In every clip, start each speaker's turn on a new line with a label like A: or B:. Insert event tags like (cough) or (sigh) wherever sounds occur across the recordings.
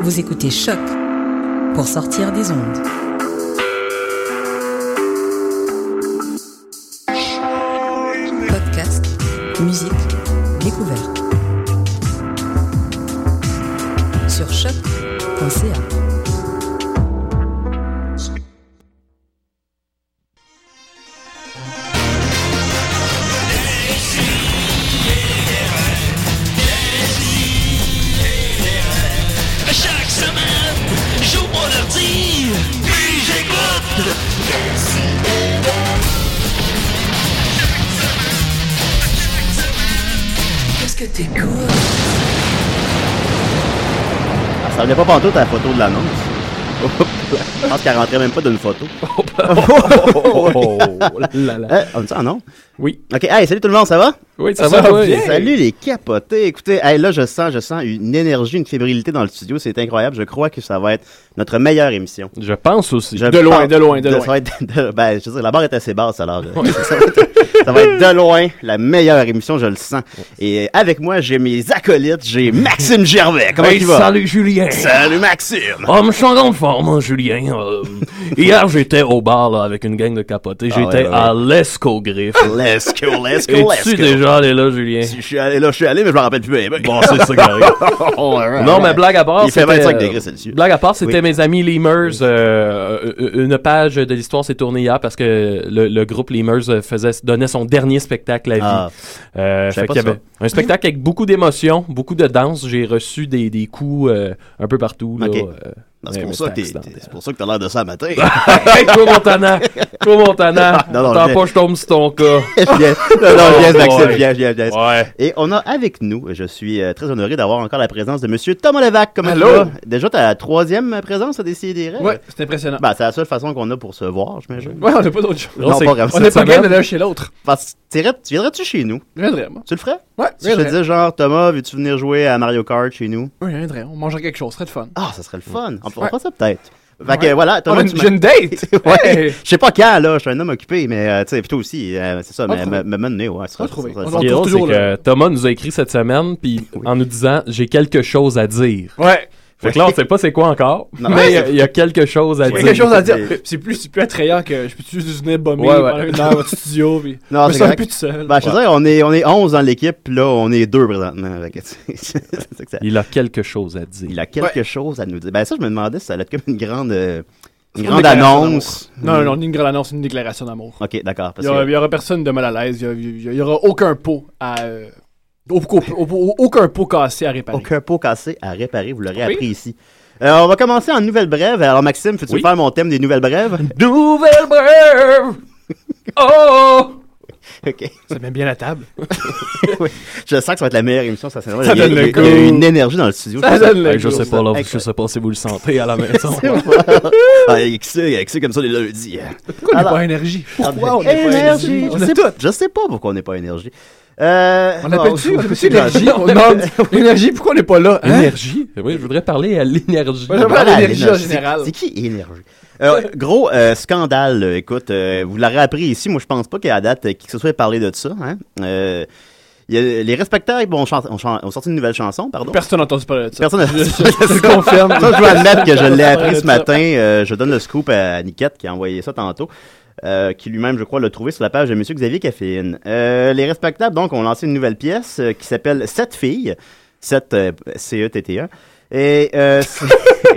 A: Vous écoutez Choc pour sortir des ondes. Podcast, musique, découverte. Sur choc.ca.
B: Ça venait pas pantoute à la photo de l'annonce. Je pense qu'elle rentrait même pas d'une photo.
C: Oh,
B: (laughs)
C: oh, oh, là, là.
B: Euh, on dit ça, non?
C: Oui.
B: Ok, hey, salut tout le monde, ça va?
C: Oui, ça, va, oui.
B: bien. Salut les capotés. Écoutez, hey, là, je sens, je sens une énergie, une fébrilité dans le studio. C'est incroyable. Je crois que ça va être notre meilleure émission.
C: Je pense aussi.
B: Je
C: de loin,
B: pense
C: de loin, de
B: ça
C: loin.
B: va être de- ben, je veux dire, la barre est assez basse alors. euh, (laughs) ça, va être, ça va être de loin la meilleure émission, je le sens. Et euh, avec moi, j'ai mes acolytes, j'ai Maxime Gervais. Comment
D: Hey,
B: tu vas?
D: salut Julien.
B: Salut Maxime!
D: Oh, mais je suis en grande forme, hein, Julien.
B: (laughs)
D: Euh, hier, j'étais au bar là, avec une gang de capotés.
B: Ah,
D: J'étais
B: ouais, Ah, ouais,
D: à l'escogriffe.
B: Let's go, let's go, let's go!
D: Es-tu déjà allé là, Julien?
B: Je suis allé là, je suis allé, mais je m'en rappelle plus. eh ben.
D: Bon, c'est
B: (laughs)
D: ça, Gary. Non, mais blague à part.
B: Il fait
D: c'était,
B: 25
D: euh,
B: degrés Celsius.
D: Blague à part, c'était
B: Oui.
D: mes amis Lemurs. euh, euh, une page de l'histoire s'est tournée hier parce que le, le groupe Lemurs euh, faisait, donnait son dernier spectacle à vie.
B: Ah,
D: Euh,
B: Je savais
D: fait
B: pas
D: qu'il y
B: ça.
D: avait un spectacle avec beaucoup d'émotions, beaucoup de danse. J'ai reçu des, des coups euh, un peu partout. Là,
B: Ok.
D: euh,
B: ben, c'est
D: mais- mais
B: pour ça que t'es-
D: c'était
B: t'es- c'est pour ça que t'as l'air de ça à matin.
D: hey, toi, Montana! Toi, (laughs) Montana!
B: Non, non,
D: T'en
B: je-
D: pas, je tombe sur ton cas.
B: (laughs) Je (laughs) viens- non, non, viens,
D: Oh,
B: Maxime,
D: boy.
B: viens, viens, viens.
D: Ouais.
B: Et on a avec nous, je suis euh, très honoré d'avoir encore la présence de Monsieur Thomas Levac. Comment tu
C: Allô?
B: vas? Déjà ta troisième présence à décider.
C: Ouais, c'est impressionnant.
B: Ben, c'est la seule façon qu'on a pour se voir, j'imagine.
C: Ouais, on n'a pas d'autre chose.
B: Non,
D: c'est-
B: pas grave.
C: On
D: cette
C: n'est pas
D: semaine-
C: game de l'un chez l'autre.
B: Parce que t'irais- tu viendrais-tu chez nous?
C: Je viendrais, moi.
B: Tu le ferais?
C: Ouais,
B: Si je te disais genre, Thomas, veux-tu venir jouer à Mario Kart chez nous?
C: Oui, je viendrais. On mangerait quelque chose, ce serait de fun.
B: Ah, ça serait le fun. On peut
C: Ouais.
B: faire ça peut-être. Fait que
C: Ouais.
B: voilà,
C: On
B: Thomas,
C: a une,
B: tu m'as-
C: j'ai une date!
B: Ouais.
C: (laughs) Hey.
B: (laughs) Je sais pas quand, là. Je suis un homme occupé, mais euh, tu sais, puis toi aussi, euh, c'est ça,
C: On va
B: mais
C: trouver.
B: me me mener, ouais. ça sera-
C: On va trouver.
B: ça sera-
C: On
B: ça
C: va
D: Ce qui
B: sera-
D: est drôle, c'est
C: toujours
D: que Thomas nous a écrit cette semaine, puis en nous disant « j'ai quelque chose à dire
C: Ouais. ».
D: Fait que là, on sait pas c'est quoi encore,
B: Non,
D: mais il y a- il y, a quelque chose à
C: Il y
D: dire.
C: a quelque chose à dire.
B: c'est-
C: C'est plus, c'est plus attrayant que je peux juste venir bomber
D: Ouais, ouais.
C: pendant une heure au studio. Puis...
B: (laughs) Non,
C: je me
B: c'est
C: sens
B: correct.
C: plus tout seul.
B: Ben, je te
C: Ouais.
B: dirais, on est, on est 11 dans l'équipe, puis là, on est 2 présentement. Fait que (laughs) c'est- c'est que ça-
D: Il a quelque chose à dire.
B: Il a quelque chose à nous dire. Ben, ça, je me demandais si ça allait être comme une grande, euh, une
C: Une
B: grande
C: déclaration
B: annonce.
C: Non, non, ni une grande annonce, ni une déclaration d'amour.
B: Ok, d'accord. parce
C: Il y, aura,
B: que-
C: il y aura personne de mal à l'aise. Il y aura- il y, aura aucun pot à. euh, aucun, au- aucun pot cassé à réparer.
B: Aucun pot cassé à réparer, vous l'aurez
C: Oui.
B: appris ici. Euh, on va commencer en nouvelle brève. Alors, Maxime, peux-tu
D: Oui.
B: faire mon thème des nouvelles brèves?
D: Nouvelle (laughs) brève! Oh!
B: (laughs) ok.
C: Ça met bien
B: (laughs)
C: la table.
B: Je sens que ça va être la meilleure émission, ça, c'est vrai.
C: Ça
B: Il y a-
C: donne le
B: il y a
C: goût.
B: une énergie dans le studio.
C: Ça donne le
D: Hey, Ah, je
C: goût.
D: sais pas, là, je
B: Incroyable.
D: sais pas si vous le sentez à la (laughs) maison.
B: Ah, il y a que ça- il y a que ça comme ça les lundis.
C: Pourquoi on n'est
B: Alors-
C: pas énergie? Pourquoi on n'est pas
B: Énergie.
C: énergie?
B: Je
C: On a
B: sais
C: tout.
B: pas- Je sais pas pourquoi on n'est pas énergie. Euh,
C: On
B: bon,
C: appelle-tu
B: on-
C: on appelle-tu l'énergie? On demande l'énergie, pourquoi on n'est pas là? Hein?
D: Énergie? Eh Oui, je voudrais parler à l'énergie.
C: Ouais, ouais.
B: Voilà,
C: l'énergie en
B: l'énergie.
C: général.
B: C'est- C'est qui énergie? Euh, gros euh, scandale, là. écoute, euh, vous l'aurez appris ici, moi je pense pas qu'à la date, euh, qui que ce soit ait parlé de ça. Hein? Euh, il y a- les respectables ont, chan- ont chan- ont sorti une nouvelle chanson, pardon.
C: Personne n'a entendu parler de ça.
B: Personne n'a- (laughs)
C: Je, je- je confirme.
B: Ça, je dois admettre que je l'ai appris ce
C: Ça.
B: matin. Euh, je donne le scoop à Niquette qui a envoyé ça tantôt. euh, qui lui-même, je crois, l'a trouvé sur la page de Monsieur Xavier Caféine. Euh, les respectables, donc, ont lancé une nouvelle pièce euh, qui s'appelle Sept filles, 7 euh, C-E-T-T-E, Et, euh, (laughs) c'est-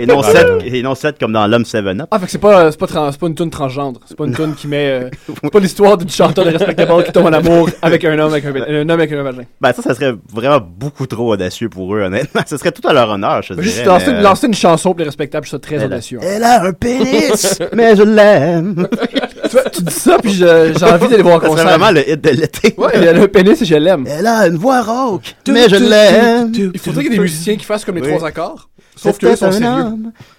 B: et non 7 et non sept comme dans l'homme 7 up.
C: Ah, fait que c'est pas, c'est pas, trans- c'est pas une tune transgendre. C'est pas une tune qui met.
B: (laughs)
C: euh, c'est pas l'histoire d'une chanteuse respectable qui tombe en amour avec un homme avec un, un homme avec un vagin.
B: Ben ça ça serait vraiment beaucoup trop audacieux pour eux honnêtement. Ce serait tout à leur honneur, je
C: Faut
B: dirais.
C: Juste lancer,
B: mais, euh,
C: lancer une chanson pour les respectables, je suis très
B: elle, a-
C: audacieux.
B: elle a un
C: (laughs)
B: pénis, mais je l'aime.
C: tu, vois, tu dis ça, puis je- j'ai envie d'aller voir un
B: Ça serait
C: concert.
B: vraiment le hit de l'été.
C: Ouais, elle a le pénis et je l'aime.
B: Elle a une voix rauque, mais je l'aime.
C: Il faudrait qu'il y ait des musiciens qui fassent comme les
B: Oui.
C: trois accords. Sauf qu'eux sont sérieux.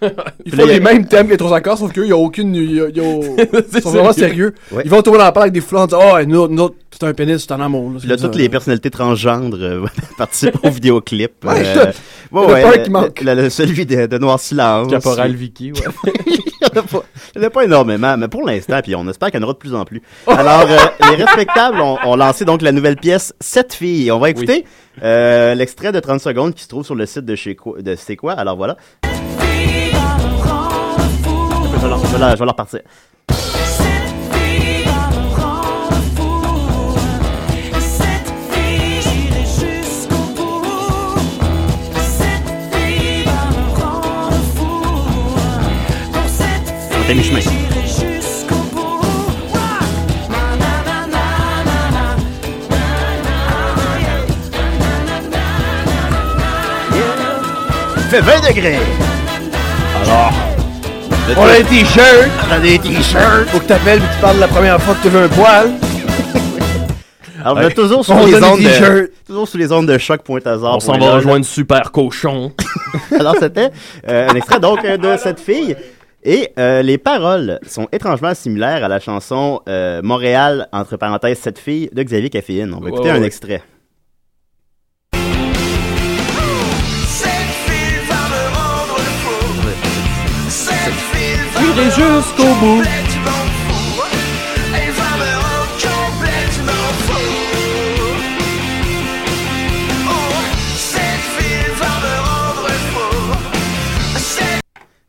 C: Ils font
B: Puis là,
C: les
B: il-
C: mêmes thèmes que les trois accords, sauf qu'eux, ils ont aucune. Ils,
B: (laughs)
C: ils ont- ils sont vraiment sérieux.
B: Ouais.
C: Ils vont tomber dans la parle avec des foulards en disant Oh, nous, nous, autres, c'est un pénis, c'est un amour.
B: Puis là,
C: c'est
B: toutes
C: ça.
B: les personnalités transgendres euh, (laughs) participent au vidéoclip.
C: Ouais,
B: Euh, ouais,
C: le
B: ouais,
C: parc
B: le-
C: manque.
B: le- le- celui de, de Noir Silence.
D: Caporal Vicky, ouais.
B: (laughs) Il n'y en, a pas- il y en a pas énormément, mais pour l'instant, puis on espère qu'il y en aura de plus en plus.
C: (laughs)
B: Alors, euh, les respectables ont, ont lancé donc la nouvelle pièce « Sept filles ». On va écouter euh, l'extrait de 30 secondes qui se trouve sur le site de chez quoi, de C'est quoi. Alors voilà. Je vais leur, je vais leur- je vais leur partir. On est mi-chemin. Il fait 20 degrés. Alors,
C: On a un t-shirt.
B: on a des t-shirts.
C: Faut que t'appelles et que tu parles de la première fois que tu veux un poil.
B: Alors, vous êtes toujours sous
C: On
B: les
C: donne
B: ondes
C: des t-shirts.
B: de, toujours sous les ondes de choc point hasard.
D: On
C: Oh
D: s'en
B: point
D: va
B: là.
D: rejoindre Super Cochon.
B: (laughs) Alors, c'était euh, un extrait donc euh, de cette fille. Et euh, les paroles sont étrangement similaires à la chanson euh, Montréal, entre parenthèses, cette fille de Xavier Caféine. On va
D: Ouais,
B: écouter
D: ouais,
B: un
D: ouais.
B: extrait.
D: J'irai jusqu'au bout.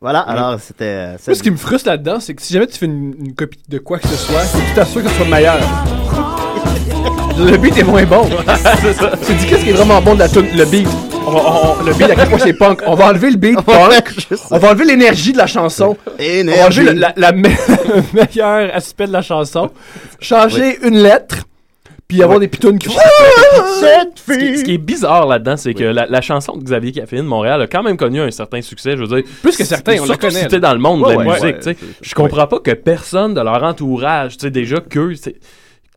B: Voilà, alors c'était. euh,
C: Moi,
B: cette-
C: ce qui me frustre là-dedans, c'est que si jamais tu fais une, une copie de quoi que ce soit, faut que tu t'assures que ce soit meilleur. (laughs) Le beat est moins
D: (laughs)
C: bon. Tu te dis qu'est-ce qui est vraiment bon de la tune Le beat. On va- on- on- le beat, à quel point c'est punk. On va enlever
D: (laughs)
C: le beat
B: Voilà,
C: punk.
B: juste- (laughs)
C: On va enlever l'énergie de la chanson. On va enlever le
B: Énergie.
C: la, la me- (laughs) le meilleur aspect de la chanson. Changer une lettre. Puis avoir des pitounes qui font.
B: Cette
D: Ce qui, ce qui
B: fille.
D: est bizarre là-dedans, c'est que la, la chanson de Xavier Caffeine, Montréal, a quand même connu un certain succès. Je veux dire,
C: Plus que certains, on le
D: surtout
C: connaît,
D: si t'es dans le monde de la
C: Ouais, ouais,
D: musique.
B: ouais,
D: tu sais.
B: c'est-
D: je comprends pas que personne de leur entourage, tu sais, déjà qu'eux, c'est-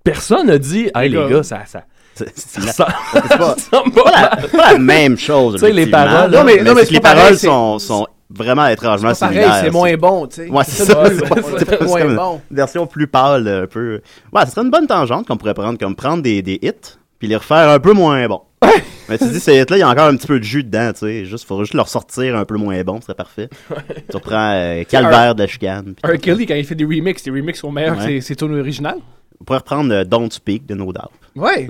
D: personne n'a dit, hey les
C: gars.
D: gars, ça, ça,
B: C'est- c'est
D: ça, (laughs)
B: la-
D: ressemble-
B: c'est pas-
D: ça ressemble pas
B: pas, la- pas la même chose.
D: Tu sais, les
B: effectivement,
D: paroles,
B: là,
D: non, mais-
C: non, mais
B: c'est que
C: c'est
B: les
C: pas
B: paroles
C: pareil, c'est-
B: sont, sont vraiment étrangement
C: Pareil,
B: similaires.
C: c'est moins bon, tu sais.
B: Ouais,
C: (laughs)
B: c'est ça.
C: le
B: c'est
C: but.
B: pas- c'est pas-
C: C'est
B: c'est comme
C: moins
B: une
C: bon.
B: Version plus pâle, un peu. Ouais, ce serait une bonne tangente qu'on pourrait prendre, comme prendre des, des hits, puis les refaire un peu moins bon. Mais tu dis, ces hits-là, il y a encore un petit peu de jus dedans, tu sais. Juste, faudrait juste leur sortir un peu moins bon, ce serait parfait. tu reprends euh, Calvaire de la chicane. puis
C: R. Kelly, quand il fait des remixes, les remixes sont meilleurs
B: Ouais.
C: que ses- ses tunes originales.
B: on pourrait reprendre euh, Don't Speak de No Doubt.
C: Ouais.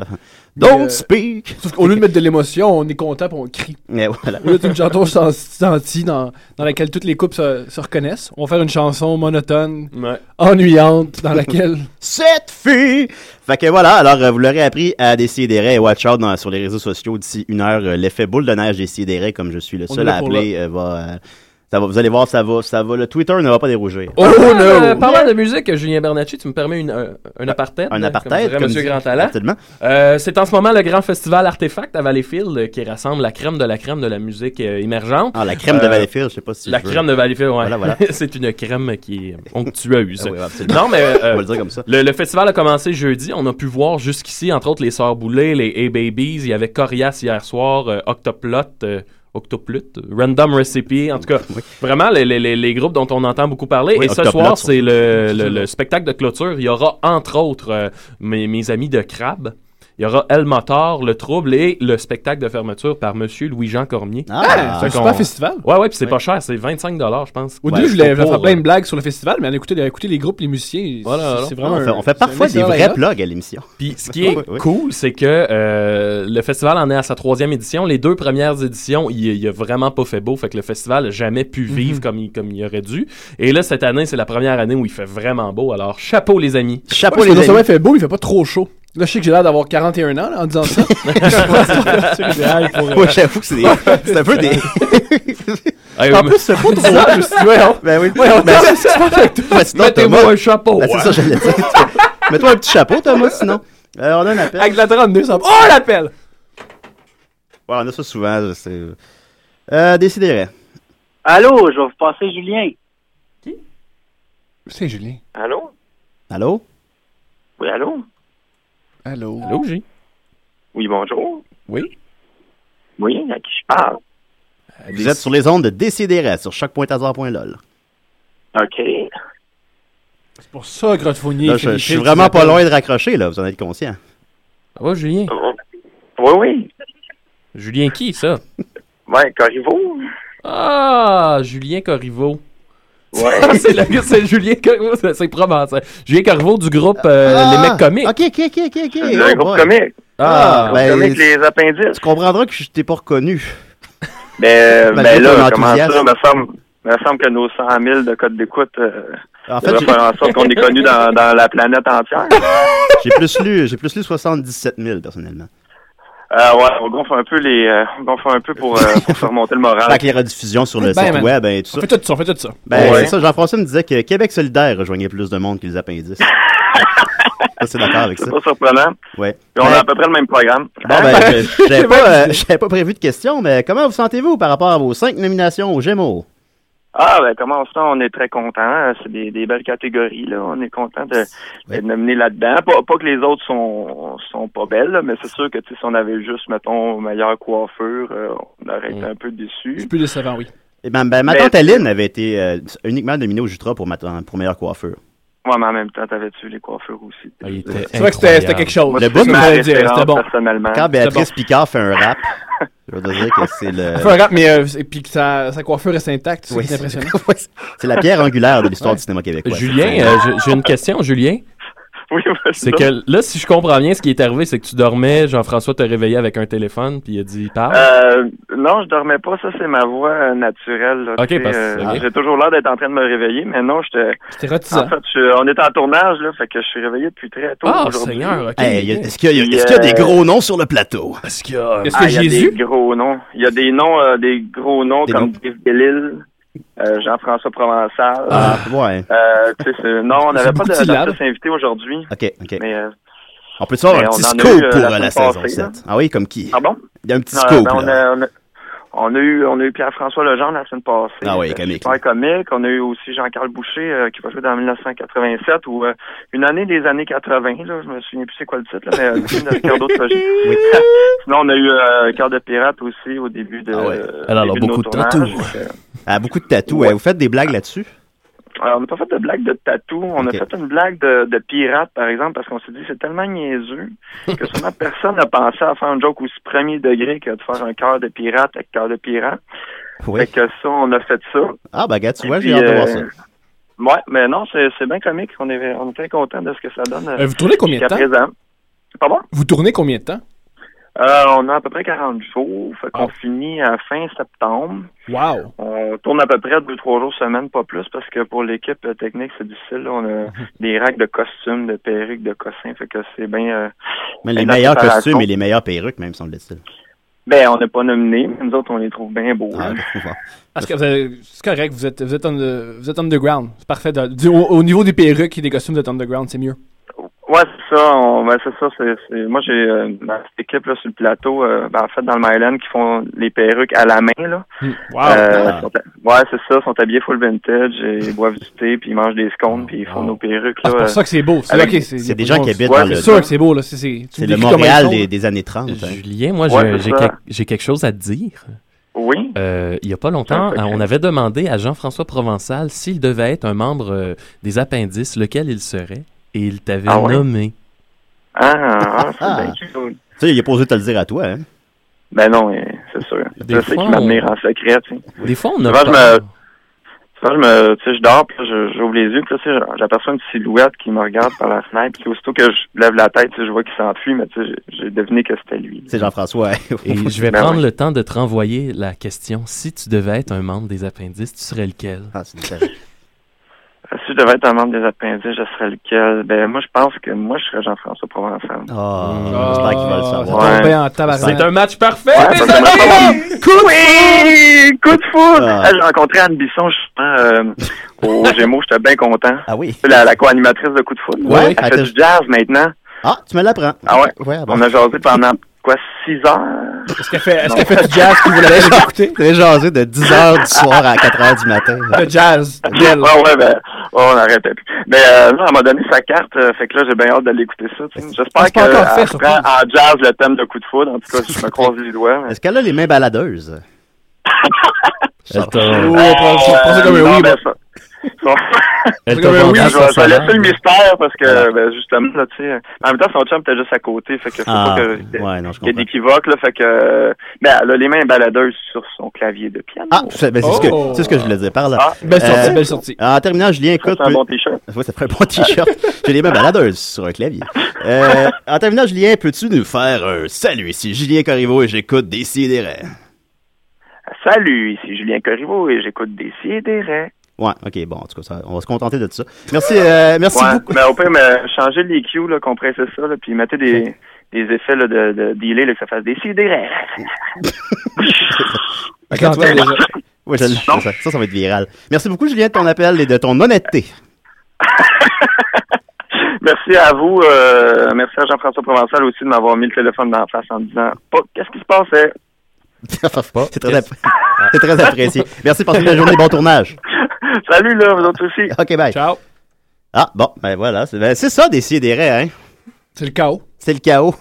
B: Don't
C: euh,
B: Speak!
C: Sauf qu'au lieu de mettre de l'émotion, on est content pour on crie.
B: Mais voilà.
C: Au lieu d'une chanson chan- sentie dans, dans laquelle toutes les couples se, se reconnaissent, on va faire une chanson monotone,
D: Ouais.
C: ennuyante, dans laquelle.
B: Cette fille! Fait que voilà, alors euh, vous l'aurez appris à Décideret et Watch Out dans- sur les réseaux sociaux d'ici une heure. euh, L'effet boule de neige Décideret, comme je suis le
C: On
B: seul
C: est
B: à
C: là pour
B: appeler, euh, va, euh, ça va. Vous allez voir, ça va, ça va. Le Twitter ne va pas dérougir.
C: Oh
D: Euh,
C: no!
D: parlant de musique, Julien Bernacci, tu me permets une, euh, un apartheid.
B: Un
D: euh, Comme
B: apartheid,
D: dirait Monsieur
B: dit-
D: Grand Talent.
B: Absolument.
D: Euh, c'est en ce moment le grand festival Artefact à Valleyfield euh, qui rassemble la crème de la crème de la musique euh, émergente.
B: Ah, la crème de
D: Euh,
B: Valleyfield, je sais pas si
D: la
B: je veux.
D: crème de Valleyfield, ouais.
B: Voilà, voilà.
D: (laughs) c'est une crème qui est onctueuse.
B: Ah oui, absolument.
D: non, mais euh,
B: (laughs) On va le dire comme ça.
D: le, le festival a commencé jeudi. On a pu voir jusqu'ici, entre autres, les Sœurs Boulay, les A-Babies. Il y avait Corias hier soir, euh, Octoplot, euh, Octoplot, euh, Random Recipe. En tout cas, vraiment les, les- les- les groupes dont on entend beaucoup parler.
B: Oui,
D: Et ce
B: Octoplot
D: soir,
B: sont-
D: c'est le, le- le spectacle de clôture. Il y aura, entre autres, euh, mes, mes amis de Crab. Il y aura El Motor, Le Trouble et le spectacle de fermeture par Monsieur Louis-Jean Cormier.
C: Ah, c'est un
D: Fait
C: super
D: qu'on-
C: festival!
D: Ouais, ouais, puis c'est pas cher, c'est 25 je pense.
C: Au
B: Ouais,
C: début, je voulais je voulais
D: pour,
C: faire plein
D: euh,
C: de blagues sur le festival, mais en écouter, à écouter les groupes, les musiciens,
D: Voilà, voilà.
C: c'est- c'est
B: Non,
C: vraiment.
B: on fait, on
C: un-
B: fait
C: c'est un
B: parfois des
C: excellent
B: vrais
C: line-up.
B: plugs à l'émission.
D: Puis ce
C: (laughs)
D: qui est
B: Oui, oui.
D: cool, c'est que euh, le festival en est à sa troisième édition. Les deux premières éditions, il, il a vraiment pas fait beau, fait que le festival a jamais pu vivre
C: Mm-hmm.
D: comme, il, comme il aurait dû. Et là, cette année, c'est la première année où il fait vraiment beau. Alors, chapeau les amis.
B: Chapeau
C: Ouais, parce que non
B: les
C: seulement il
B: amis.
C: fait beau, mais il fait pas trop chaud. Là, je sais que j'ai l'air d'avoir 41 (laughs) ans là, en disant ça. Je pense que c'est l'idéal pour,
B: (laughs)
C: euh, Ben
B: Ouais, j'avoue que c'est des- c'est un peu des.
D: Hey,
C: En
D: mais-
C: plus, c'est pas trop ça, je suis ouais, hein.
B: Ben oui.
C: Ben Ouais, on
B: Ben,
C: ben, ce qui se passe avec toi.
B: ben, sinon,
D: Mettez-moi
B: Thomas-
D: un chapeau.
B: Ben, c'est
D: ouais.
B: ça, j'allais dire. (laughs) Tu- Mets-toi un petit chapeau, Thomas, sinon. Euh, on a un appel.
C: Avec la 32, ça va. Oh, l'appel!
B: Ouais, on a ça souvent. là, c'est- Euh, décidérez.
E: Allô, je vais vous passer Julien.
C: C'est Julien.
E: Allô?
B: Allô?
E: Oui, allô?
C: Allô?
D: Allô, J?
E: Oui, bonjour.
D: Oui?
E: Oui, à qui je parle?
B: Vous êtes sur les ondes de Décidérez sur choc.hasard.lol.
E: OK.
C: C'est pour ça, Grotefonier.
B: Là, je, je suis vraiment pas loin de raccrocher, là, vous en êtes conscient.
D: Ça va, Julien?
C: Ah.
E: Oui, oui.
D: Julien qui, ça?
E: Ouais, Corriveau.
D: Ah, Julien Corriveau. (laughs)
E: Ouais.
D: c'est le gars, c'est Julien Corriveau, (laughs) c'est, c'est provençal. Julien Corriveau du groupe euh,
B: Ah,
D: Les Mecs Comiques.
B: Ok, ok, ok, ok. ok.
E: Le
B: Oh
E: groupe
B: boy.
E: comique.
B: Ah,
D: Ah,
E: Le
B: ben,
E: comique
B: tu
E: Les Appendices.
B: comprendras que je t'ai pas reconnu.
E: Mais,
B: Malgré
E: ben là,
B: ton
E: comment
B: enthousiasme.
E: ça? Me semble, me semble que nos 100 000 de code d'écoute euh,
B: En fait,
E: devraient
B: j'ai-
E: faire en sorte qu'on est
B: (laughs)
E: connus dans, dans la planète entière.
B: j'ai plus lu, j'ai plus lu 77 000 personnellement.
E: Euh, ouais, on gonfle un peu les, euh, on gonfle un peu pour, euh, pour se remonter
B: (laughs)
E: le moral.
B: Avec les rediffusions sur le
C: Ben,
B: site
C: man.
B: web et tout ça.
C: On fait tout ça, on fait tout ça.
B: Ben,
E: Ouais.
B: c'est ça, Jean-François me disait que Québec solidaire rejoignait plus de monde que les
E: (laughs)
B: appendices. Je suis d'accord avec ça.
E: C'est pas surprenant.
B: Ouais.
E: Puis on a
B: Ben,
E: à peu près le même programme.
B: Bon,
E: (laughs)
B: ben, je- j'avais
C: J'ai pas
B: pas, euh,
C: d'idée.
B: j'avais pas prévu de questions, mais comment vous sentez-vous par rapport à vos cinq nominations aux Gémeaux?
E: Ah, ben, comment ça, on est très content. C'est des, des belles catégories, là. On est content de,
B: Ouais.
E: de nominer là-dedans. Pas, pas que les autres sont, sont pas belles, là, mais c'est sûr que, tu sais, si on avait juste, mettons, meilleure coiffure, euh, on aurait été
D: Mm.
E: un peu
C: Je suis
E: déçus.
C: plus décevant, oui.
B: Eh ben, ben, ma
E: Mais-
B: tante Aline avait été euh, uniquement nominée au Jutra pour, ma, pour meilleure coiffure.
E: Moi, mais en même temps, t'avais-tu les coiffures aussi?
D: ah, il était
C: C'est vrai que c'était c'était
D: incroyable.
C: quelque chose.
B: Le
E: c'est
B: bout de
E: ma
C: ma dire,
E: référence, Ben
C: c'était bon.
E: personnellement.
B: Quand Béatrice
C: bon.
B: Picard fait un rap, je veux dire que c'est le...
C: Elle fait un rap, mais euh, et puis que sa, sa coiffure reste intacte, c'est
B: (laughs) Oui, c'est- (laughs)
C: impressionnant.
B: ouais, c'est- c'est la pierre angulaire de l'histoire
C: Ouais.
B: du cinéma québécois.
D: Julien, euh, j'ai- j'ai une question, Julien.
E: (laughs) Oui,
D: C'est que là, si je comprends bien, ce qui est arrivé, c'est que tu dormais, Jean-François t'a réveillé avec un téléphone, puis il a dit parle.
E: Euh, non, je dormais pas. Ça, c'est ma voix euh, naturelle. là,
D: Ok,
E: tu sais,
D: parce que
E: euh,
D: c'est bien.
E: J'ai toujours l'air d'être en train de me réveiller, mais non, j'étais.
C: C'était
E: En
C: retisant.
E: fait, je- on est en tournage, là, fait que je suis réveillé depuis très tôt
D: Ah,
E: aujourd'hui.
D: Seigneur, ok.
B: Hey, y a- est-ce qu'il y, a-
E: Puis,
B: est-ce qu'il y a des
E: euh,
B: gros noms sur le plateau?
D: Est-ce qu'il y a.
C: Est-ce que
E: Ah, il y a
C: Jésus?
E: des gros noms. Il y a des noms, euh, des gros noms
B: Des
E: comme
B: noms.
E: Dave Bellil, euh, Jean-François Provençal.
B: Ah, ouais.
E: Euh, tu sais, c'est- non, on
C: C'est
E: n'avait pas
C: beaucoup
E: de-
C: de syllabes.
E: d'artiste invité aujourd'hui,
B: OK, OK.
E: mais euh,
B: On peut savoir
E: mais
B: un
E: on
B: petit
E: en a
B: scoop
E: eu, euh,
B: pour
E: la
B: euh, la
E: semaine
B: saison
E: passée,
B: 7.
E: là.
B: Ah oui, comme qui?
E: pardon.
B: Il y a un petit
E: Non,
B: scoop,
E: ben, on,
B: là.
E: a, on, a, on a eu on a eu Pierre-François Lejeune la semaine passée.
B: Ah oui,
E: euh,
B: comique,
E: Super
B: là.
E: comique. On a eu aussi Jean-Carl Boucher euh, qui va jouer dans 1987 ou euh, une année des années 80. Là, je me souviens plus c'est quoi le titre, là, mais euh, le film de Ricardo Trogi.
B: (laughs)
E: (laughs) Sinon, on a eu euh, Cœur de pirate aussi au début de.
B: Ah ouais.
E: euh,
D: Elle a
E: début
D: beaucoup de
E: nos
D: tatous.
E: tournages. Euh,
B: Elle a beaucoup de tatous.
E: Ouais.
B: hein. Vous faites des blagues là-dessus?
E: Alors, on n'a pas fait de blague de tatou. On
B: Ok.
E: a fait une blague de, de pirate, par exemple, parce qu'on s'est dit c'est tellement niaiseux que sûrement personne n'a pensé à faire un joke aussi premier degré que de faire un cœur de pirate avec cœur de pirate.
B: Oui.
E: Fait que ça, on a fait ça.
B: Ah, bah, gars, tu vois,
E: Et
B: j'ai
E: puis,
B: hâte de
E: euh,
B: voir ça.
E: Ouais, mais non, c'est c'est bien comique. On est, on est très content de ce que ça donne euh,
C: Euh, vous tournez combien de
E: jusqu'à
C: temps?
E: présent. Pardon?
C: Vous tournez combien de temps?
E: Euh, on a à peu près 40 jours. Fait qu'on
C: Ah.
E: finit à fin septembre.
C: Wow!
E: On Euh, tourne à peu près deux, trois jours semaine, pas plus, parce que pour l'équipe euh, technique, c'est difficile. là. On
C: (laughs)
E: a des racks de costumes, de perruques, de cossins. Fait que c'est bien. euh,
B: Mais les
E: la
B: meilleurs
E: préparation.
B: costumes et les meilleures perruques, même, semble-t-il.
E: Ben, on n'est pas nominé, mais nous autres, on les trouve bien beaux.
B: Ah,
E: hein. là.
B: ok, bon.
C: Est-ce que vous avez- C'est correct, vous êtes, vous, êtes on the- vous êtes underground. C'est parfait. de- du- au, au niveau des perruques et des costumes, vous êtes underground, c'est mieux.
E: Ouais, c'est ça. On, ben, c'est ça. c'est c'est- Moi, j'ai euh, dans cette équipe là, sur le plateau, euh, ben, en fait, dans le Myland, qui font les perruques à la main. Là.
C: Hmm. Wow!
E: Euh,
B: Ah.
E: sont- ouais, c'est ça. Ils sont habillés full vintage. et Ils boivent du thé, puis ils mangent des scones, puis ils font
D: Wow.
E: nos perruques.
C: Oh, Ah,
E: Là,
C: c'est pour
E: euh.
C: ça que c'est beau. C'est
E: avec-
C: ok,
B: c'est des gens qui habitent
E: Ouais,
B: dans
E: c'est
B: le...
C: C'est sûr que c'est beau, là. C'est, c'est, tu
B: C'est
C: me
B: le
C: décris comme ils
B: Montréal
C: sont, là.
B: des, des années 30. hein.
D: Julien, moi,
E: Ouais,
D: j'ai-
E: c'est
D: j'ai
E: ça.
D: quelque- j'ai quelque chose à te dire.
E: Oui.
D: Euh, il n'y a pas longtemps,
E: Ah, ok.
D: on avait demandé à Jean-François Provençal s'il devait être un membre euh, des appendices, lequel il serait, et il t'avait
E: Ah ouais?
D: nommé.
E: Ah, ah,
C: (laughs)
E: c'est bien cute.
B: Tu sais, il est pas osé te le dire à toi, hein.
E: Ben non, euh, c'est sûr.
D: Des
E: je sais
D: fois,
E: qu'ils m'admirent
D: on-
E: en secret, tu sais.
D: Des fois, on a
E: Souvent, je
D: peur.
E: Souvent, je me, tu sais, je dors, puis là, je- j'ouvre les yeux, puis là, tu sais, j'aperçois une silhouette qui me regarde par la fenêtre, puis aussitôt que je lève la tête, tu sais, je vois qu'il s'enfuit, mais tu sais, j'ai- j'ai deviné que c'était lui.
B: C'est (laughs) Jean-François. hein.
D: Et je vais
E: (laughs) Ben
D: prendre
E: ouais.
D: le temps de te renvoyer la
C: (laughs)
D: question. Si tu devais être un membre des appendices, tu serais lequel?
B: Ah, c'est une-
E: Si je devais être un membre des appendices, je serais lequel? Ben, moi, je pense que moi, je serais Jean-François Provençal.
B: Oh, j'espère qu'il va le
C: Ah, ça
B: savoir.
C: tombe
F: Ouais.
C: bien en tabarnak.
D: C'est un match parfait,
E: Ouais,
D: les
E: parce que
D: amis!
E: maintenant, Coup de oui! Coup de foudre!
B: Ah.
E: Ah, J'ai rencontré Anne Bisson, justement, euh, au Gémeaux, j'étais bien content.
B: Ah oui.
E: La, la co-animatrice de Coup de foudre.
B: Ouais,
E: Elle
B: attends.
E: fait du jazz maintenant.
B: Ah, tu me l'apprends.
E: Ah ouais?
B: Ouais, ah bon.
E: On a jasé pendant, quoi, six heures?
C: Est-ce qu'elle fait, est-ce qu'elle
E: (laughs)
C: fait du jazz puis vous l'avez écouté?
B: T'avais jasé de 10h du soir à 4h du matin.
C: Le jazz.
E: Ouais, ouais, ben, ouais, on arrêtait plus. Mais euh, non, elle m'a donné sa carte, euh, fait que là, j'ai bien hâte d'aller écouter ça. tu sais. J'espère
C: Ah, c'est pas encore fait,
E: qu'elle
C: surtout.
E: reprend en jazz le thème de coup de foudre. En tout cas, je me croise les doigts.
C: (laughs)
E: mais-
B: Est-ce qu'elle a les mains
E: (laughs)
B: baladeuses?
D: Attends.
C: Oh, prends ça- prends ça comme
E: Euh,
C: un
E: non,
C: oui. moi.
E: ben, ça- ça-
C: (laughs)
D: Elle
C: Comme
D: t'a
C: un
D: vendu
C: oui,
E: Ah,
D: son
E: je, vais, je vais
D: salaire.
E: laisser le mystère parce que, ben, justement, là, tu sais, euh, en même temps, son chum était juste à côté, fait que faut
B: Ah,
E: pas que- qu'il
B: ouais, non, je
E: y
B: comprends.
E: ait d'équivoque, là, fait que, euh, ben, elle a les mains baladeuses sur son clavier de piano.
B: Ah, c'est ben, c'est ce,
C: Oh.
B: que- c'est ce que je voulais dire par là.
E: Ah,
C: Belle sortie,
B: Euh,
C: belle sortie.
B: En terminant, Julien,
E: ça,
B: écoute.
E: c'est un
B: peux-
E: bon t-shirt.
B: Ouais, ça ferait un bon t-shirt. J'ai les mains baladeuses sur un clavier. Euh, en terminant, Julien, peux-tu nous faire un salut ici? Julien Corriveau et j'écoute des
E: Salut, ici Julien Corriveau et j'écoute des sidérés.
B: Ouais, ok, bon, en tout cas, ça- on va se contenter de ça. Merci, euh, merci
E: Ouais,
B: beaucoup.
E: mais au pire, mais changer les cues, là, compresser ça, là, puis mettez des, des effets là, de, de delay, là, que ça fasse des sidérés.
C: Ok, tu vois, déjà.
B: Ouais, je- ça, ça, ça va être viral. Merci beaucoup, Julien, de ton appel et de ton honnêteté.
E: (laughs) Merci à vous, euh, merci à Jean-François Provençal aussi de m'avoir mis le téléphone dans la face en me disant, Oh, qu'est-ce qui se passait?
B: (laughs) C'est très, appré- c'est très apprécié. Merci, passez une belle journée, bon tournage.
E: Salut, là, vous autres aussi.
B: Ok, bye.
C: Ciao.
B: Ah, bon, ben voilà, c'est ben, c'est ça, Décidérez, hein.
C: C'est le chaos.
B: C'est le chaos.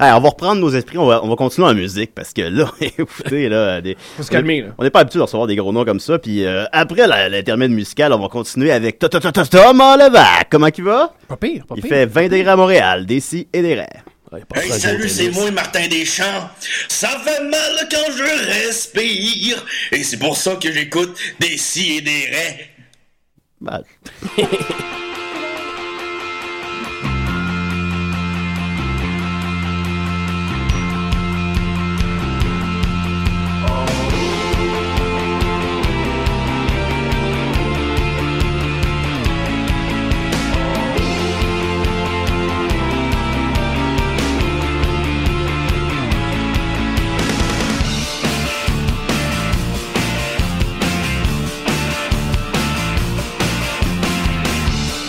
B: Allez, on va reprendre nos esprits, on va, on va continuer en musique parce que là, écoutez, là, des-
C: Faut se calmer, là.
B: on n'est pas habitué de recevoir des gros noms comme ça. Puis euh, après la- l'intermède musical, on va continuer avec To- To- To- To- Thomas Levac. Comment il va?
C: Pas pire, pas
B: Il
C: pire.
B: fait 20 degrés à Montréal, des si et des raies.
D: Ouais, pas
G: Hey,
D: ça,
G: salut,
D: j'ai
G: c'est
D: été
G: moi, Martin Deschamps. Ça fait mal quand je respire. Et c'est pour ça que j'écoute des si et des raies.
B: Ben,
G: Des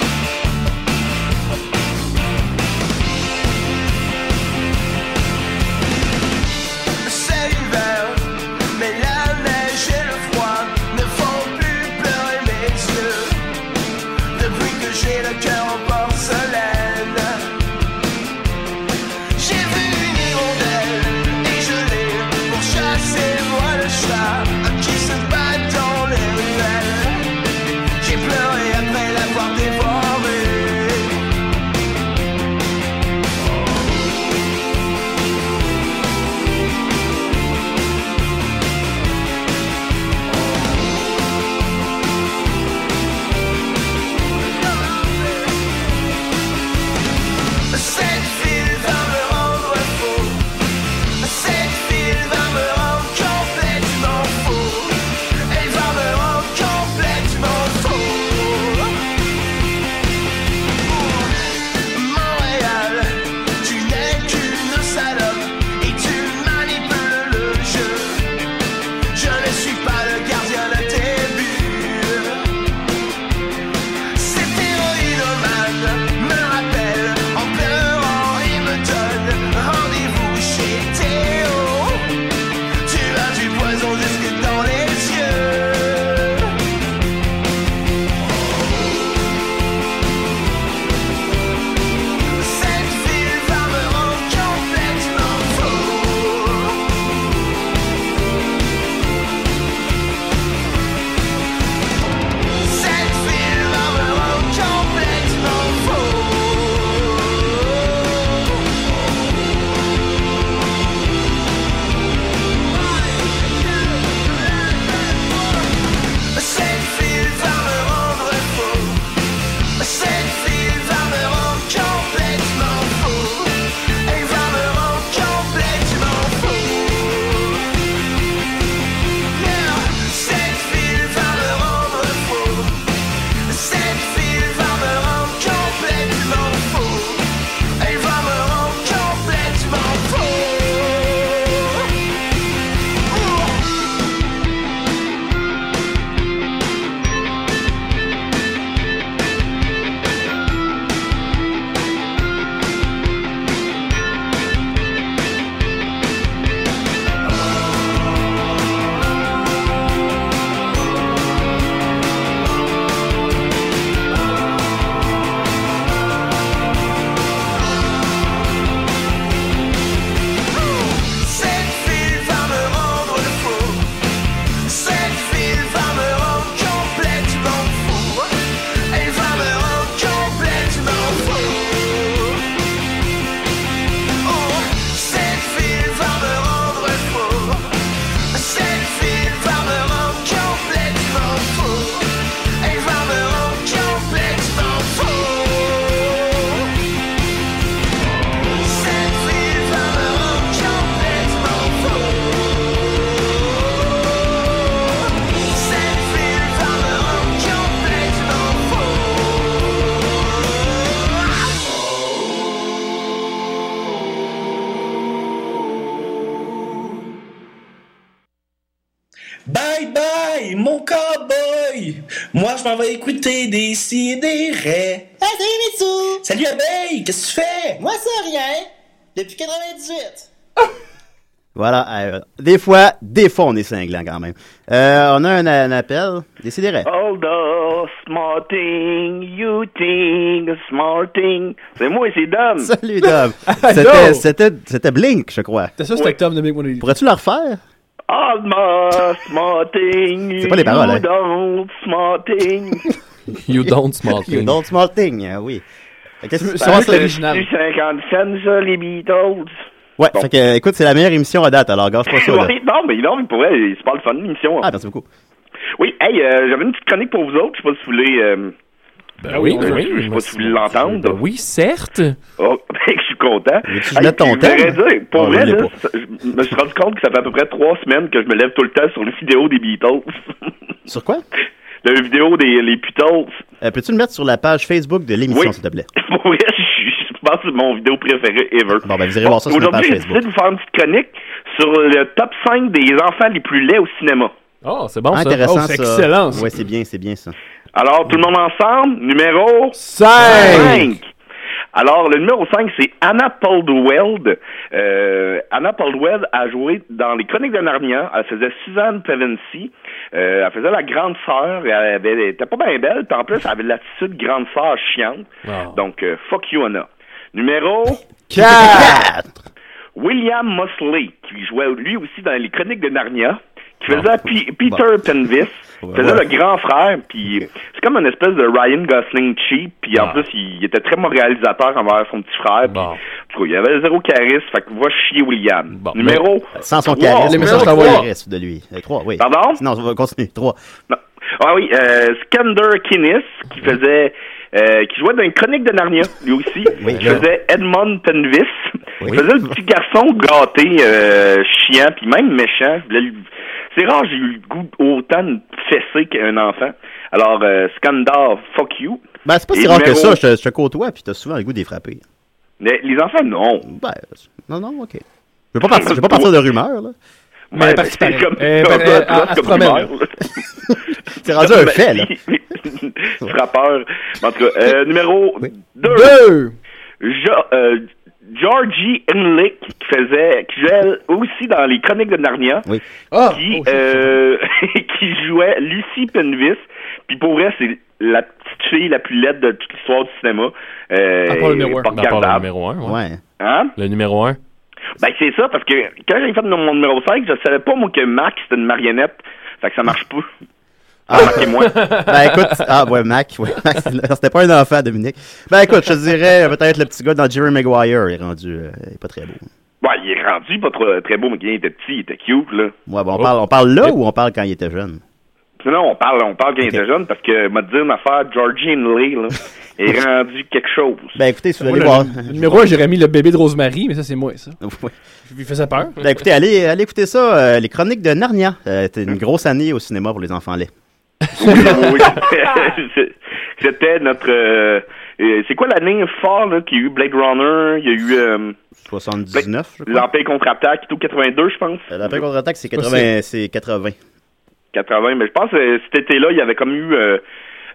G: Moi, je m'en vais écouter des sidérés.
F: Ah, salut Mitsu!
G: Salut, abeille, qu'est-ce que tu fais?
F: Moi, ça, rien! Depuis 98!
B: Voilà. euh, des fois, des fois, on est cinglant quand même. Euh, on a un, un appel. Décidérez.
E: All the smarting, you ting, smarting. C'est moi, c'est Dom.
B: Salut, Dom.
C: Allô?
B: C'était- C'était c'était Blink, je crois.
C: T'as sûr que c'était Tom de Make One Eighty.
B: Pourrais-tu le refaire?
E: All the smarting,
B: C'est pas les paroles, hein.
E: you don't
B: (laughs)
E: smarting.
D: You don't smoke.
C: (laughs)
B: You don't small thing, hein, oui. Fait que Qu'est-ce qui se
C: C'est vrai
B: passe?
C: que l'original.
E: Du 50 cents, ça, les Beatles.
B: Ouais, fait que, euh, écoute, c'est la meilleure émission à date, alors gâche pas ça, là.
E: Oui, non, mais non, il pourrait, il se parle fun, l'émission.
B: Ah, merci beaucoup.
E: Oui, hey, euh, j'avais une petite chronique pour vous autres, je sais pas si vous voulez... euh,
C: Ah
D: Ben oui, ben oui.
E: Je sais
D: moi,
E: pas si vous voulez l'entendre.
D: Ben oui, certes.
E: Oh, (laughs) ben, je suis content.
B: Veux-tu que je mette ton
E: puis, je
B: thème?
E: voudrais dire, pour
B: Ah,
E: vrai,
B: je l'ai
E: là,
B: pas.
E: ça- je me suis rendu compte que ça fait à peu près trois semaines que je me lève tout le temps sur les vidéos des Beatles. (laughs)
B: Sur quoi?
E: La vidéo des les Beatles.
B: Euh, Peux-tu le mettre sur la page Facebook de l'émission,
E: Oui.
B: s'il te plaît?
E: (laughs) Pour vrai, je, je pense que c'est mon vidéo préférée ever.
B: Bon, ben, vous irez voir ça sur notre
E: Aujourd'hui, j'ai
B: page
E: décidé de vous faire une petite chronique sur le top 5 des enfants les plus laids au cinéma.
D: Oh,
E: Ah,
D: c'est bon, ça.
B: Intéressant,
C: Oh,
B: ça.
C: c'est excellent, ça.
B: Ouais, c'est bien, c'est bien, ça.
E: Alors, tout le monde ensemble, numéro
C: 5!
E: 5. Alors, le numéro 5, c'est Anna Paul Euh, Anna Paul a joué dans les Chroniques de Narnia. Elle faisait Suzanne Pevensie. Euh, elle faisait la grande sœur. Elle, avait- elle était pas bien belle. Puis en plus, elle avait l'attitude grande sœur chiante.
D: Oh.
E: Donc, euh, fuck you, Anna. Numéro
B: 4!
E: William Mosley, qui jouait lui aussi dans les Chroniques de Narnia, qui faisait P- Peter
D: (laughs)
E: Penvis, qui faisait
B: Ouais.
E: le grand frère, puis c'est comme une espèce de Ryan Gosling cheap, puis en
D: Ah.
E: plus, il était très moralisateur envers son petit frère, puis
D: Bon.
E: en tout cas, il avait zéro charisme, fait que va chier William.
D: Bon,
E: Numéro...
B: Sans son
E: trois.
B: charisme.
C: Les
B: sans
C: messages
B: son
C: t'envoient.
B: charisme de lui. Euh, trois, oui.
E: Pardon?
B: Non, on va continuer. Trois.
E: Non. Ah oui, euh, Skander Kinnis, qui faisait... euh, qui jouait dans une chronique de Narnia, lui aussi.
B: Oui.
E: qui faisait Edmond Penvis.
B: Oui.
E: Il faisait le petit garçon gâté, euh, chiant, puis même méchant. Je voulais lui- C'est rare, j'ai eu le goût autant de fesser qu'un enfant. Alors, euh, Skandar, fuck you.
B: Ben, c'est pas
E: Et
B: si rare que ça.
E: numéro-
B: Je te, je te côtoie, puis t'as souvent le goût d'y frapper.
E: Mais les enfants, non.
B: Ben, c'est- non, non, OK. Je veux pas partir, je veux pas partir de rumeurs, là.
C: Mais parce que
E: ben, c'est
C: pareil.
E: comme
C: Euh,
E: comme-
C: pareil,
E: comme-
C: à- à
E: comme
C: se promène,
E: primaire, là.
B: C'est rendu un fait, là.
E: (laughs) Frappeur. En tout cas, euh, numéro 2.
B: Oui.
C: Deux!
E: Jo- euh, Georgie Henlick qui faisait qui jouait aussi dans les chroniques de Narnia
B: Oui.
C: Ah!
E: qui
C: Oh, c'est-
E: euh, (laughs) qui jouait Lucy Penvis puis pour vrai c'est la petite fille la plus laide de toute l'histoire du cinéma euh,
C: À part le numéro un.
E: pas
D: On parle le
E: regardable
D: numéro 1. Ouais.
B: Ouais.
E: hein
D: Le numéro 1.
E: ben c'est ça parce que quand j'ai fait mon numéro 5 je savais pas moi que Max c'était une marionnette fait que ça marche pas
C: Ah. (laughs)
E: remarquez-moi
B: Ben écoute, ah ouais, Mac, ouais, Mac, (laughs) c'est- non, c'était pas un enfant, Dominique. Ben écoute, je te dirais euh, peut-être le petit gars dans Jerry Maguire est rendu, euh, il est pas très beau.
E: bon il est rendu pas trop, très beau mais quand il était petit il était cute là
B: Ouais, bon, on parle, on parle
D: Oh.
B: là ou on parle quand il était jeune?
E: Non, on parle, on parle quand il
B: Ok.
E: était jeune parce que m'a dit une affaire, Georgie
B: (laughs)
E: Henley, là, est rendu quelque chose.
B: Ben écoutez, si vous
C: Moi,
B: allez
C: le-
B: voir.
C: le Numéro 1, j'aurais mis le bébé de Rosemary, mais ça, c'est moi, ça.
B: (laughs) Ouais.
C: Je lui faisais peur.
B: Ben écoutez, allez, allez écouter ça, euh, les chroniques de Narnia. Euh, C'était une grosse année au cinéma pour les enfants laits.
E: Oui, oui, c'était- C'était notre. euh, euh, c'est quoi l'année fort là, qu'il y a eu Blade Runner, il y a eu euh,
B: 79, je crois.
E: l'Empire contre-attaque, et tout 82, je pense.
B: Euh, L'après contre-attaque, c'est 80,
C: Possible.
B: c'est 80.
E: 80, mais je pense que cet été-là, il y avait comme eu euh,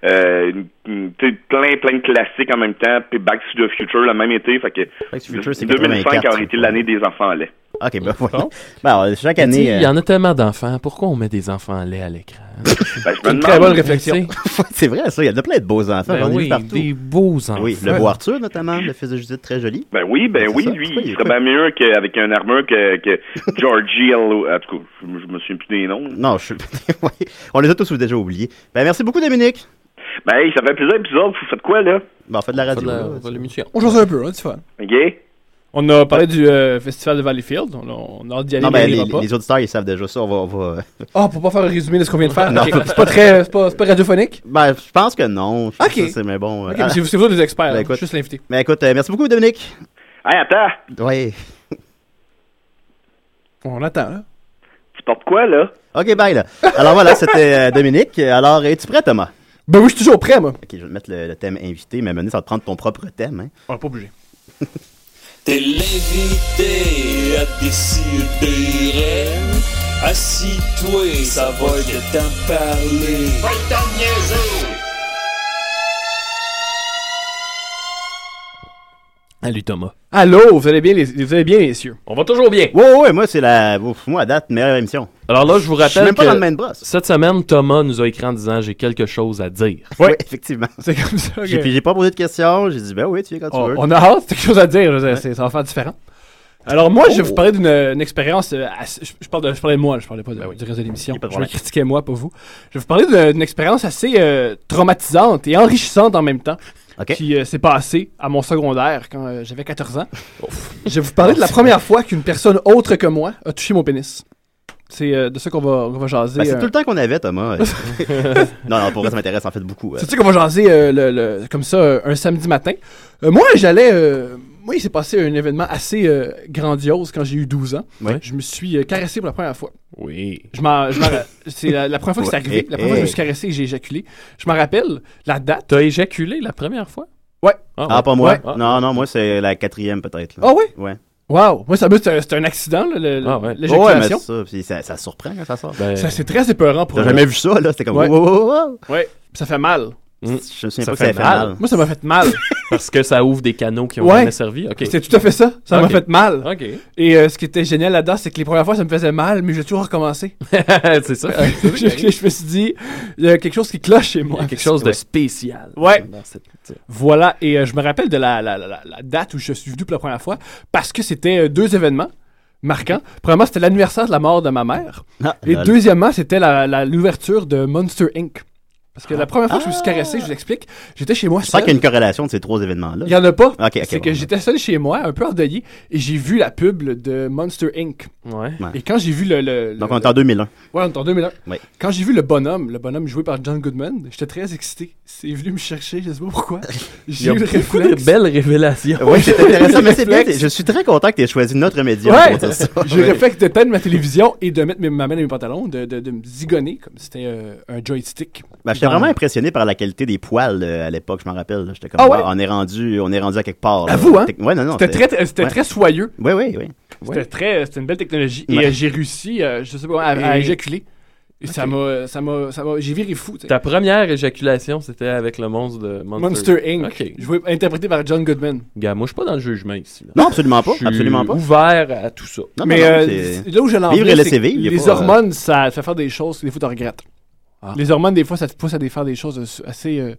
E: euh, une- une- tu sais, plein, plein de classiques en même temps, puis Back to the Future le même été, fait que
B: Back to the Future, c'est
E: 2005
B: 84.
E: aurait été l'année des enfants laits.
B: Ok, ben voilà. (laughs) Ben alors, chaque année.
D: Il y
B: euh,
D: en a tellement d'enfants. Pourquoi on met des enfants laits à l'écran?
E: Ben, je me
C: Une
E: demande-
C: très bonne réflexion.
D: Tu sais,
B: (laughs) c'est vrai, ça, il y en a plein de beaux enfants,
D: ben
B: on est
D: oui,
B: partout.
D: des beaux enfants.
B: Oui, le Boartur notamment, le fils de Judith, très joli.
E: Ben oui, ben
B: C'est
E: oui,
B: ça.
E: lui,
B: Oui,
E: il
B: oui.
E: serait bien mieux qu'avec un armure
B: (laughs)
E: que, que Georgie Hello. En tout cas, je, je me souviens plus des noms.
B: Non, je... (laughs) ouais. on les a tous déjà oubliés. Ben, merci beaucoup, Dominique.
E: Ben hey, ça fait plaisir, puis autres, vous faites quoi, là?
B: Ben, on fait de la
D: Faut
B: radio.
D: de la-
B: là.
D: faut de l'émission.
C: On joue un peu, hein, c'est fun.
E: OK?
C: On a parlé du euh, festival de Valleyfield. On a, on a hâte d'y aller,
B: Non,
C: mais
B: ben,
C: on
B: les,
C: ira pas.
B: les auditeurs, ils savent déjà ça. On va, on va- (laughs)
C: Ah, pour pas faire un résumé de ce qu'on vient de faire. Ok. C'est pas très. C'est pas, c'est pas radiophonique.
B: Ben, je pense que non. Je pense
C: Ok.
B: que c'est, mais bon. euh,
C: Ok,
B: ah,
C: mais c'est vous, c'est vous des experts.
B: Ben,
C: là.
B: écoute.
C: Juste l'invité.
B: ben, écoute, euh, merci beaucoup, Dominique.
E: Hey, attends,
B: Ouais.
C: On attend, là.
E: tu portes quoi, là?
B: Ok, bye, là. Alors, voilà, c'était euh, Dominique. Alors, es-tu prêt, Thomas?
C: Ben oui, je suis toujours prêt, moi.
B: Ok, je vais te mettre le, le thème invité, mais maintenant, ça va te prendre ton propre thème. Hein.
C: On est pas obligé.
G: T'es l'invité à décider.
H: Assis-toi, ça va être t'en parler.
G: Va t'en niaiser!
D: Allez, Thomas.
C: Allô, vous allez bien, les, vous allez bien, messieurs.
D: On va toujours bien.
B: Ouais, ouais, moi, c'est la. ouf, moi, à date, meilleure émission.
D: Alors là, je vous
B: Je suis
D: rappelle
B: même pas
D: que
B: dans le même brosse.
D: cette semaine, Thomas nous a écrit en disant j'ai quelque chose à dire.
B: (laughs) Oui, effectivement.
C: (laughs) C'est comme ça. que-
B: J'ai- Puis j'ai pas posé de questions. J'ai dit, ben oui, tu viens quand tu
C: on,
B: veux.
C: on a hâte, c'est quelque chose à dire. je veux dire, c'est- Ça va faire différent. Alors, moi,
B: Oh.
C: je vais vous parler d'une une expérience. euh, assez- je, je parle de, je parlais de moi, je parlais pas de,
D: Ben
C: du reste de l'émission.
B: Y a pas de
C: Je me
B: problème.
C: critiquais moi, pas vous. Je vais vous parler d'une- d'une expérience assez euh, traumatisante et enrichissante en même temps
B: OK.
C: qui euh, s'est passée à mon secondaire quand euh, j'avais 14 ans. Je vais vous parler de la première fois qu'une personne autre que moi a touché mon pénis. C'est euh, de ça qu'on va, qu'on va jaser.
B: Ben, c'est
C: euh,
B: tout le temps qu'on avait,
C: (laughs)
B: Thomas. (laughs) non, non, pour vrai, ça m'intéresse en fait beaucoup. euh.
C: C'est ça qu'on va jaser euh, le, le- comme ça euh, un samedi matin. Euh, moi, j'allais. euh, moi, il s'est passé un événement assez euh, grandiose quand j'ai eu 12 ans.
B: Ouais.
C: Je me suis euh, caressé pour la première fois.
D: Oui.
C: Je m'en, je m'en ra- (laughs) c'est la, la première fois que c'est
B: Ouais.
C: arrivé. La première fois que je me suis caressé et j'ai éjaculé. Je m'en rappelle la date.
D: T'as éjaculé la première fois?
C: Ouais.
B: Ah, pas moi?
C: Ouais.
B: Non, non, moi, c'est la quatrième peut-être. là.
C: Ah ouais?
B: Ouais.
C: Waouh! Moi, ça me c'est un, c'est un accident, là, le-
D: Ah ouais.
B: Oh, ouais, mais
C: l'éjaculation.
B: ça, puis ça, ça surprend quand ça sort.
D: Ben,
C: ça, c'est très épeurant pour
B: T'as
C: moi.
B: jamais vu ça, là? C'était comme.
C: Ouais.
B: wow, wow, wow, wow.
C: Ouais. Ça fait mal.
B: Je me souviens
D: Ça
B: pas que ça
D: fait
B: fait
D: mal.
B: mal.
C: Moi, ça m'a fait mal.
D: parce que ça ouvre des canaux qui ont
C: Ouais.
D: jamais servi. (laughs) OK.
C: C'était tout à fait ça. Ça m'a
D: Ok.
C: fait mal.
D: (laughs) OK. (laughs)
C: Et euh, ce qui était génial là-dedans, c'est que les premières fois, ça me faisait mal, mais j'ai toujours recommencé.
D: c'est ça.
C: (laughs) je,
B: ben
C: je me suis dit, il y a quelque chose qui cloche chez
D: Il y
C: moi.
D: a quelque chose de spécial.
C: Ouais.
D: dans cette-
C: Voilà, et euh, je me rappelle de la, la- la- la date où je suis venu pour la première fois, parce que c'était euh, deux événements marquants. Premièrement, c'était l'anniversaire de la mort de ma mère.
B: Ah,
C: Et
B: lol.
C: deuxièmement, c'était la- la- l'ouverture de Monster Inc. Parce
B: Ah.
C: que la première fois que je me suis caressé, je vous explique, j'étais chez moi
B: Je sens
C: seul.
B: Ah. qu'il y a une corrélation de ces trois événements-là.
C: Il y en a pas.
B: ok,
C: c'est
B: bon,
C: que
B: bon.
C: j'étais seul chez moi, un peu endeuillé, et j'ai vu la pub de Monster Inc.
D: Ouais.
B: Ouais.
C: Et quand j'ai vu le... le-
B: Donc,
C: le-
B: on est en
C: (laughs)
B: 2001.
C: Ouais, on est en 2001.
B: Ouais.
C: Quand j'ai vu le bonhomme, le bonhomme joué par John Goodman, j'étais très excité. C'est venu me chercher, je sais pas pourquoi.
D: (laughs) Il y
C: J'ai
D: a
C: eu le
D: beaucoup de
C: réflexe.
D: belles révélations.
B: Oui, c'est intéressant, mais c'est bien.
C: Réflexe.
B: Je suis très content que tu aies choisi notre média
C: Ouais,
B: pour
C: (laughs)
B: dire ça.
C: j'ai eu le réflexe de peindre ma télévision et de mettre mes- ma main dans mes pantalons, de, de, de me zigonner comme si c'était euh, un joystick.
D: Ah,
B: Ben, j'étais
C: Dans-
B: vraiment impressionné par la qualité des poils euh, à l'époque, je m'en rappelle. là. J'étais comme,
C: Ah ouais?
B: on est rendu, on est rendu à quelque part. là.
C: À vous, hein?
B: Tec- Ouais, non, non.
C: C'était
D: ben,
C: très, très- c'était
B: ouais.
C: très soyeux.
B: Oui, oui, oui.
C: C'était très, c'était une belle technologie.
B: Ouais.
C: Et euh, j'ai réussi, euh, je sais pas, à, à
D: Et-
C: éjaculer. Et ça m'a, euh, ça m'a, ça m'a, j'ai viré fou. tu sais.
D: Ta première éjaculation, c'était avec le monstre de Monster,
C: Monster Inc.
D: Ok.
C: Joué, interprété par John Goodman.
D: Gars, moi, je suis pas dans le jugement ici. là.
B: Non, absolument
C: Oh,
B: pas.
D: Je suis
B: Absolument pas. Non,
D: ouvert à tout ça.
B: non,
C: mais
B: Ah, non,
C: euh,
B: c'est-
C: c'est- là où je l'en
B: Vivre
C: venais,
B: et
C: c'est
B: laisser
C: que
B: vivre, y a
C: les
B: pas, euh,
C: hormones, ça te fait faire des choses que des fois tu regrettes.
D: Ah.
C: Les hormones, des fois, ça te pousse à des- faire des choses euh, assez, euh,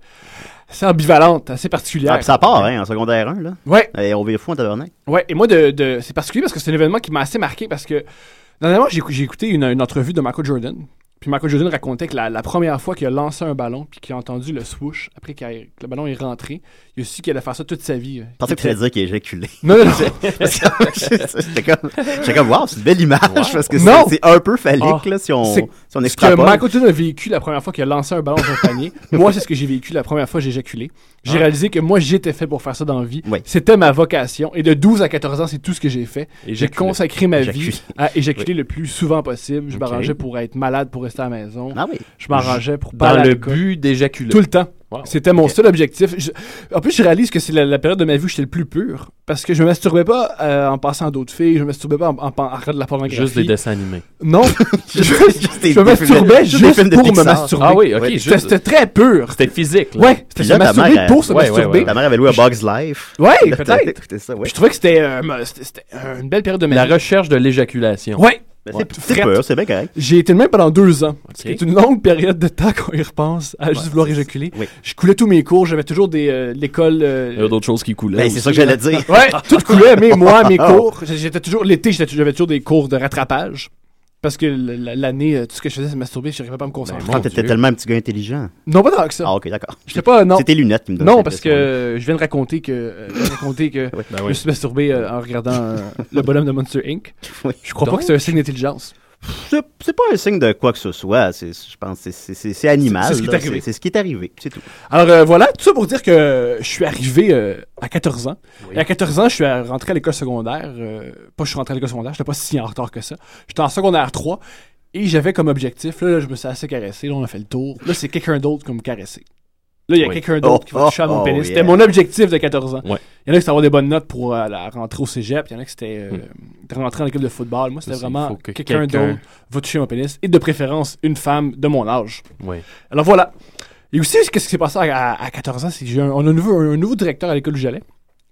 C: assez ambivalentes, assez particulières.
B: Ah, puis ça part, hein, en secondaire 1, là.
C: Ouais,
B: Et on vire fou en tabernacle.
C: ouais. Et moi, de, de- c'est particulier parce que c'est un événement qui m'a assez marqué parce que, dernièrement, j'ai, écou- j'ai écouté une, une entrevue de Michael Jordan. Puis Michael Jordan racontait que la, la première fois qu'il a lancé un ballon puis qu'il a entendu le swoosh, après qu'il a- que le ballon est rentré, il a su qu'il allait faire ça toute sa vie. euh.
B: Je pensais que tu allais dire qu'il est (laughs) éjaculé.
C: Non, non, non.
B: J'étais comme, j'étais comme, wow, c'est une belle image, parce que c'est
C: Non.
B: c'est un peu phallique,
C: Ah.
B: là, si on,
C: C'est-
B: si on
C: Ce que
B: extrapole.
C: Michael Jordan a vécu la première fois qu'il a lancé un ballon dans un
D: (laughs)
C: panier, moi, c'est ce que j'ai vécu la première fois que j'ai éjaculé.
D: Ah.
C: J'ai réalisé que moi, j'étais fait pour faire ça dans la vie.
B: Oui.
C: C'était ma vocation. Et de 12 à 14 ans, c'est tout ce que j'ai fait. J'ai
D: Éjaculer.
C: consacré ma
B: Éjaculer.
C: vie à éjaculer le plus souvent possible. Je
D: Ok.
C: m'arrangeais pour être malade, pour rester à la maison.
B: Ah oui.
C: Je m'arrangeais pour pas
D: Dans
C: aller à
D: le
C: l'école.
D: but d'éjaculer.
C: Tout le temps.
D: Wow.
C: C'était mon seul objectif. Je- En plus, je réalise que c'est la, la période de ma vie où j'étais le plus pur. Parce que je me masturbais pas euh, en passant à d'autres filles. Je me masturbais pas en, en, en regardant de la pornographie.
D: Juste des dessins animés.
C: Non. je
B: Juste des-
C: je me
B: des films de-
C: masturbais
B: juste des films
C: juste
B: de
C: pour me
B: Pixar.
C: masturber.
D: Ah oui, ok.
B: Ouais.
C: C'était
D: juste-
C: c'était très pur.
D: C'était physique. Là.
C: Ouais, c'était
B: Puis
C: se
B: là, ta
C: masturber
B: mère,
C: pour se
D: ouais, ouais,
C: masturber.
D: ouais.
B: Ta mère avait loué à Bugs Life.
C: Ouais,
B: Là, t'as-
C: peut-être.
B: t'écouté ça, ouais.
C: Puis Je trouvais que c'était euh, me- c'était- c'était, euh, une belle période de
D: La
C: ma vie.
D: recherche de l'éjaculation.
C: Ouais.
B: Ben,
C: Ouais.
B: c'est- C'est peur, c'est bien correct.
C: J'ai été le même pendant deux ans.
D: Ok.
C: C'est une longue période de temps qu'on y repense à juste vouloir éjaculer.
B: Oui.
C: Je coulais tous mes cours, j'avais toujours des euh, l'école. euh,
D: Il y a d'autres choses qui coulaient.
B: Ben, c'est ça que j'allais dire.
C: Ouais, tout coulait, mais moi, mes cours. J'étais toujours l'été, j'étais- j'avais toujours des cours de rattrapage. Parce que l- l- l'année, euh, tout ce que je faisais, c'est masturber, je n'arrivais pas à me concentrer.
D: Ben,
B: Ah, T'étais
D: Dieu.
B: tellement un petit gars intelligent.
C: Non, pas tant que ça.
B: Ah, ok, d'accord.
C: J'étais pas, non.
B: C'est tes lunettes qui me donnent
C: Non,
B: cette
C: parce que
B: impression-là.
C: euh, je viens de raconter que, euh, je viens de raconter que
B: (laughs)
D: Ben
C: je
D: oui.
C: me suis masturbé euh, en regardant euh, le bonhomme de Monster Inc.
B: Oui.
C: Je crois pas que c'est un signe d'intelligence.
B: C'est- C'est pas un signe de quoi que ce soit. C'est- Je pense que c'est- c'est c'est- c'est animal.
C: C'est- c'est ce qui est
B: là.
C: arrivé.
B: C'est ce qui est arrivé. C'est tout.
C: Alors euh, voilà, tout ça pour dire que je suis arrivé euh, à 14 ans.
D: Oui.
C: Et à 14 ans, je suis à- rentré à l'école secondaire. euh, pas que je suis rentré à l'école secondaire, j'étais pas si en retard que ça. J'étais en secondaire 3 et j'avais comme objectif, là, là, je me suis assez caressé, là on a fait le tour. Là c'est quelqu'un d'autre qui me caressait. Là, il y a
D: Oui.
C: quelqu'un d'autre
B: Oh,
C: qui va toucher à
B: oh,
C: mon
B: oh,
C: pénis.
B: yeah.
C: C'était mon objectif de 14 ans.
D: Ouais.
C: Il y en a qui avoir des bonnes notes pour euh, la rentrée au cégep. Il y en a qui c'était euh, de rentrer en équipe de football. Moi, c'était
D: Hmm. Ça, c'est-
C: vraiment
D: faut que
C: quelqu'un
D: quelqu'un-
C: d'autre va toucher mon pénis. Et de préférence, une femme de mon âge.
D: Oui.
C: Alors voilà. Et aussi, ce qui s'est passé à, à- à 14 ans, c'est que j'ai un, on a un nouveau, un nouveau directeur à l'école où j'allais,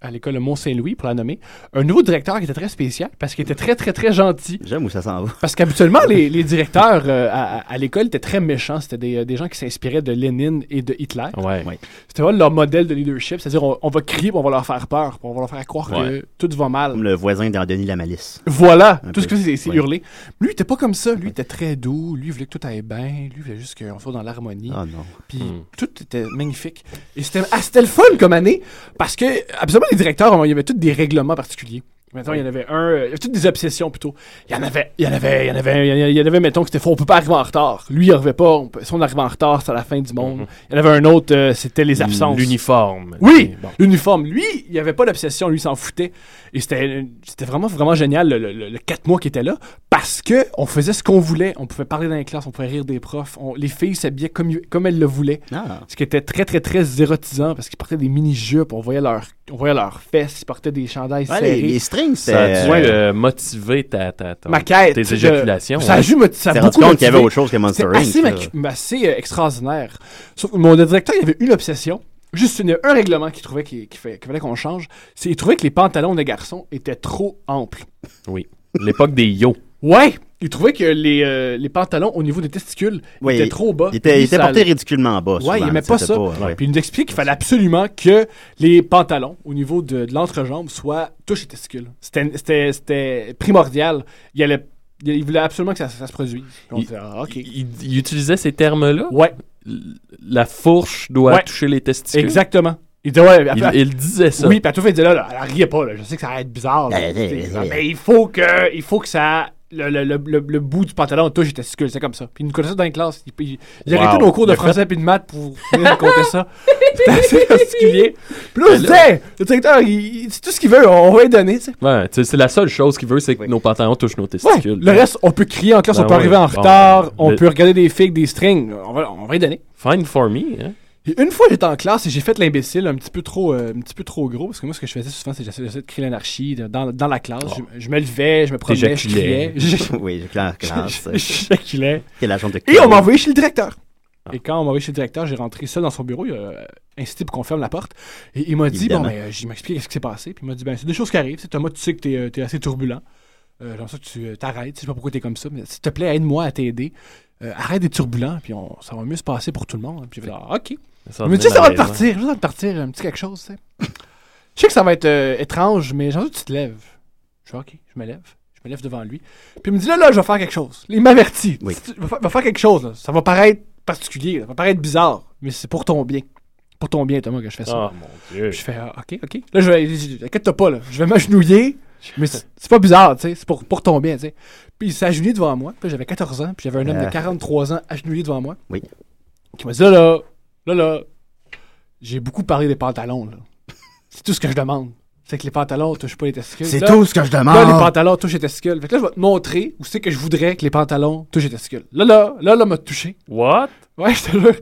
C: à l'école Mont-Saint-Louis, pour la nommer. Un nouveau directeur qui était très spécial parce qu'il était très, très, très gentil.
B: J'aime où ça s'en va.
C: Parce qu'habituellement, les, les directeurs euh, à, à- à l'école étaient très méchants. C'était des, euh, des gens qui s'inspiraient de Lénine et de Hitler.
D: Ouais.
B: Ouais.
C: C'était vraiment leur modèle de leadership. C'est-à-dire, on, on va crier, puis on va leur faire peur, puis on va leur faire croire
D: Ouais.
C: que tout va mal.
B: Comme le voisin d'en Denis la malice.
C: Voilà,
B: Mm. Un
C: tout ce
B: peu,
C: que c'est, c'est
B: ouais.
C: hurler. Lui, il était pas comme ça. Lui, il était très doux. Lui, il voulait que tout aille bien. Lui, il voulait juste qu'on soit dans l'harmonie.
B: Ah non.
C: Puis
D: Hmm.
C: tout était magnifique. Et c'était ah, c'était le fun comme année parce que, absolument, les directeurs, on- il y avait tous des règlements particuliers. Maintenant, il y en avait un, euh, il y avait toutes des obsessions plutôt. Il y en avait, il y en avait, il y en avait, il y en avait, il y en avait mettons, que c'était faux, on peut pas arriver en retard. Lui, il arrivait pas, on peut- si on arrivait en retard, c'est à la fin du monde. Il y en avait un autre, euh, c'était les absences.
D: Mm-hmm. L'uniforme.
C: Oui,
D: Bon.
C: l'uniforme. Lui, il avait pas d'obsession, lui il s'en foutait. Et c'était c'était vraiment, vraiment génial le, le- le- le quatre mois qui était là parce que on faisait ce qu'on voulait. On pouvait parler dans les classes, on pouvait rire des profs. on- les filles s'habillaient comme, comme elles le voulaient.
B: Ah.
C: Ce qui était très, très, très érotisant parce qu'ils portaient des mini-jupes, on voyait, leur, on voyait leurs fesses, ils portaient des chandails
B: Ouais,
C: serrés.
B: les, les strings, c'est.
D: Ça a dû
B: euh,
D: euh, motiver ta, ta, ta-
C: Ma quête.
D: tes
C: de-
D: éjaculations.
C: Ça a
D: ouais.
C: juste me- ça a
B: t'es rendu
C: beaucoup
B: compte qu'il y avait
C: motivé.
B: autre chose que Monster
C: C'était
B: Inc.
C: assez,
B: là.
C: macu- mais assez, euh, extraordinaire. Sauf que mon directeur, il avait une obsession. Juste une- un règlement qu'il trouvait qu'il qu'il fait- qu'il fallait qu'on change. C'est qu'il trouvait que les pantalons des garçons étaient trop amples.
D: L'époque des yo.
C: Ouais! Il trouvait que les, euh, les pantalons au niveau des testicules
B: Ouais,
C: étaient trop bas.
B: Il était,
C: Lui,
B: il était
C: ça
B: porté ridiculement bas.
C: Ouais, il
B: souvent,
C: aimait
B: tu sais,
C: pas
B: c'était
C: ça.
B: ouais.
C: Puis il nous explique qu'il fallait absolument que les pantalons au niveau de, de l'entrejambe soient touchent les testicules. C'était- C'était c'était primordial. Il, allait- il voulait absolument que ça, ça se produise. Puis on
D: Il-
C: disait, ah, (laughs) OK.
D: Il, il utilisait ces termes-là.
C: Ouais,
D: L- La fourche doit
C: Ouais.
D: toucher les testicules.
C: exactement. Il disait, ouais,
D: Il,
C: après-
D: il disait ça. Ben,
C: oui, puis à tout fait, il disait, là, là, elle riait pas, là. je sais que ça va être bizarre. là.
B: Elle- elle- elle-
C: mais il faut que, il faut que ça. Le, le, le, le, le bout du pantalon touche les testicules, c'est comme ça. Puis il nous connaissait dans les classes. Il, il, il
D: Wow.
C: arrêtait nos cours de
D: Il a fait-
C: français et de maths pour venir nous conter ça. (laughs) C'était assez particulier. Puis là,
D: Ben
C: on se disait, le directeur, il, il- c'est tout ce qu'il veut, on va lui donner, tu sais.
D: Ouais, tu sais, c'est la seule chose qu'il veut, c'est que nos pantalons touchent nos
C: Ouais,
D: testicules.
C: le reste, on peut crier en classe,
D: Ben
C: on peut
D: ouais.
C: arriver en
D: Bon,
C: retard, on
D: le-
C: peut regarder des figues, des strings, on va, on va lui donner.
D: Fine for me. Hein?
C: Et une fois, j'étais en classe et j'ai fait l'imbécile un petit peu trop, euh, un petit peu trop gros parce que moi, ce que je faisais souvent, c'est que j'essayais j'essayais de créer l'anarchie de- dans, dans la classe. Je, je me levais, je me promenais, je
D: T'éjaculais.
C: criais, (laughs) je-
B: Oui, j'ai clair, clair.
C: (laughs) je- j'éjaculais.
B: Quel agent de
C: Et on m'a envoyé Ah. chez le directeur. Et quand on m'a envoyé chez le directeur, j'ai rentré seul dans son bureau, il a incité pour qu'on ferme la porte. Et il m'a dit,
B: Évidemment.
C: bon, ben, euh, j'ai m'expliqué ce qui s'est passé. Puis il m'a dit, ben, c'est des choses qui arrivent. C'est Thomas, tu sais que t'es, euh, t'es assez turbulent. Euh, J'aimerais ça que tu euh, t'arrêtes. Je sais pas pourquoi t'es comme ça, mais s'il te plaît, aide-moi à t'aider. Euh, arrête d'être turbulent, puis on- ça va mieux se passer pour tout le monde. Puis j'ai fait, ah, OK.
D: Ça
C: Mais tu sais,
D: revenait
C: ça va
D: dans
C: te
D: la maison.
C: partir. Juste va te partir un petit quelque chose, tu sais. Je sais que ça va être euh, étrange, mais j'ai envie que tu te lèves. Je fais OK, je me lève. Je me lève devant lui. Puis il me dit là, là, je vais faire quelque chose. Il m'avertit.
B: Oui.
C: Tu- tu- Va, fa- va faire quelque chose, là. Ça va paraître particulier, là. ça va paraître bizarre, mais c'est pour ton bien. Pour ton bien, Thomas, que je fais ça.
D: Ah, mon Dieu.
C: Puis Je fais ah, OK, OK. Là, je vais. je- je- Inquiète-toi pas, là. Je vais m'agenouiller. Mais c'est c'est pas bizarre, tu sais. C'est pour, pour ton bien, tu sais. Puis il s'est agenouillé devant moi. Puis j'avais 14 ans. Puis j'avais un homme
B: Euh.
C: de 43 ans agenouillé devant moi.
B: Oui.
C: Qui m'a dit là, là, là, là. J'ai beaucoup parlé des pantalons, là. C'est tout ce que je demande. C'est que les pantalons touchent pas les testicules.
B: C'est
C: Là,
B: tout ce que je
C: Là, les
B: demande.
C: pantalons touchent les testicules. Fait que là, je vais te montrer où c'est que je voudrais que les pantalons touchent les testicules. Là, là, là, là, m'a touché.
D: What?
C: Ouais, je te jure.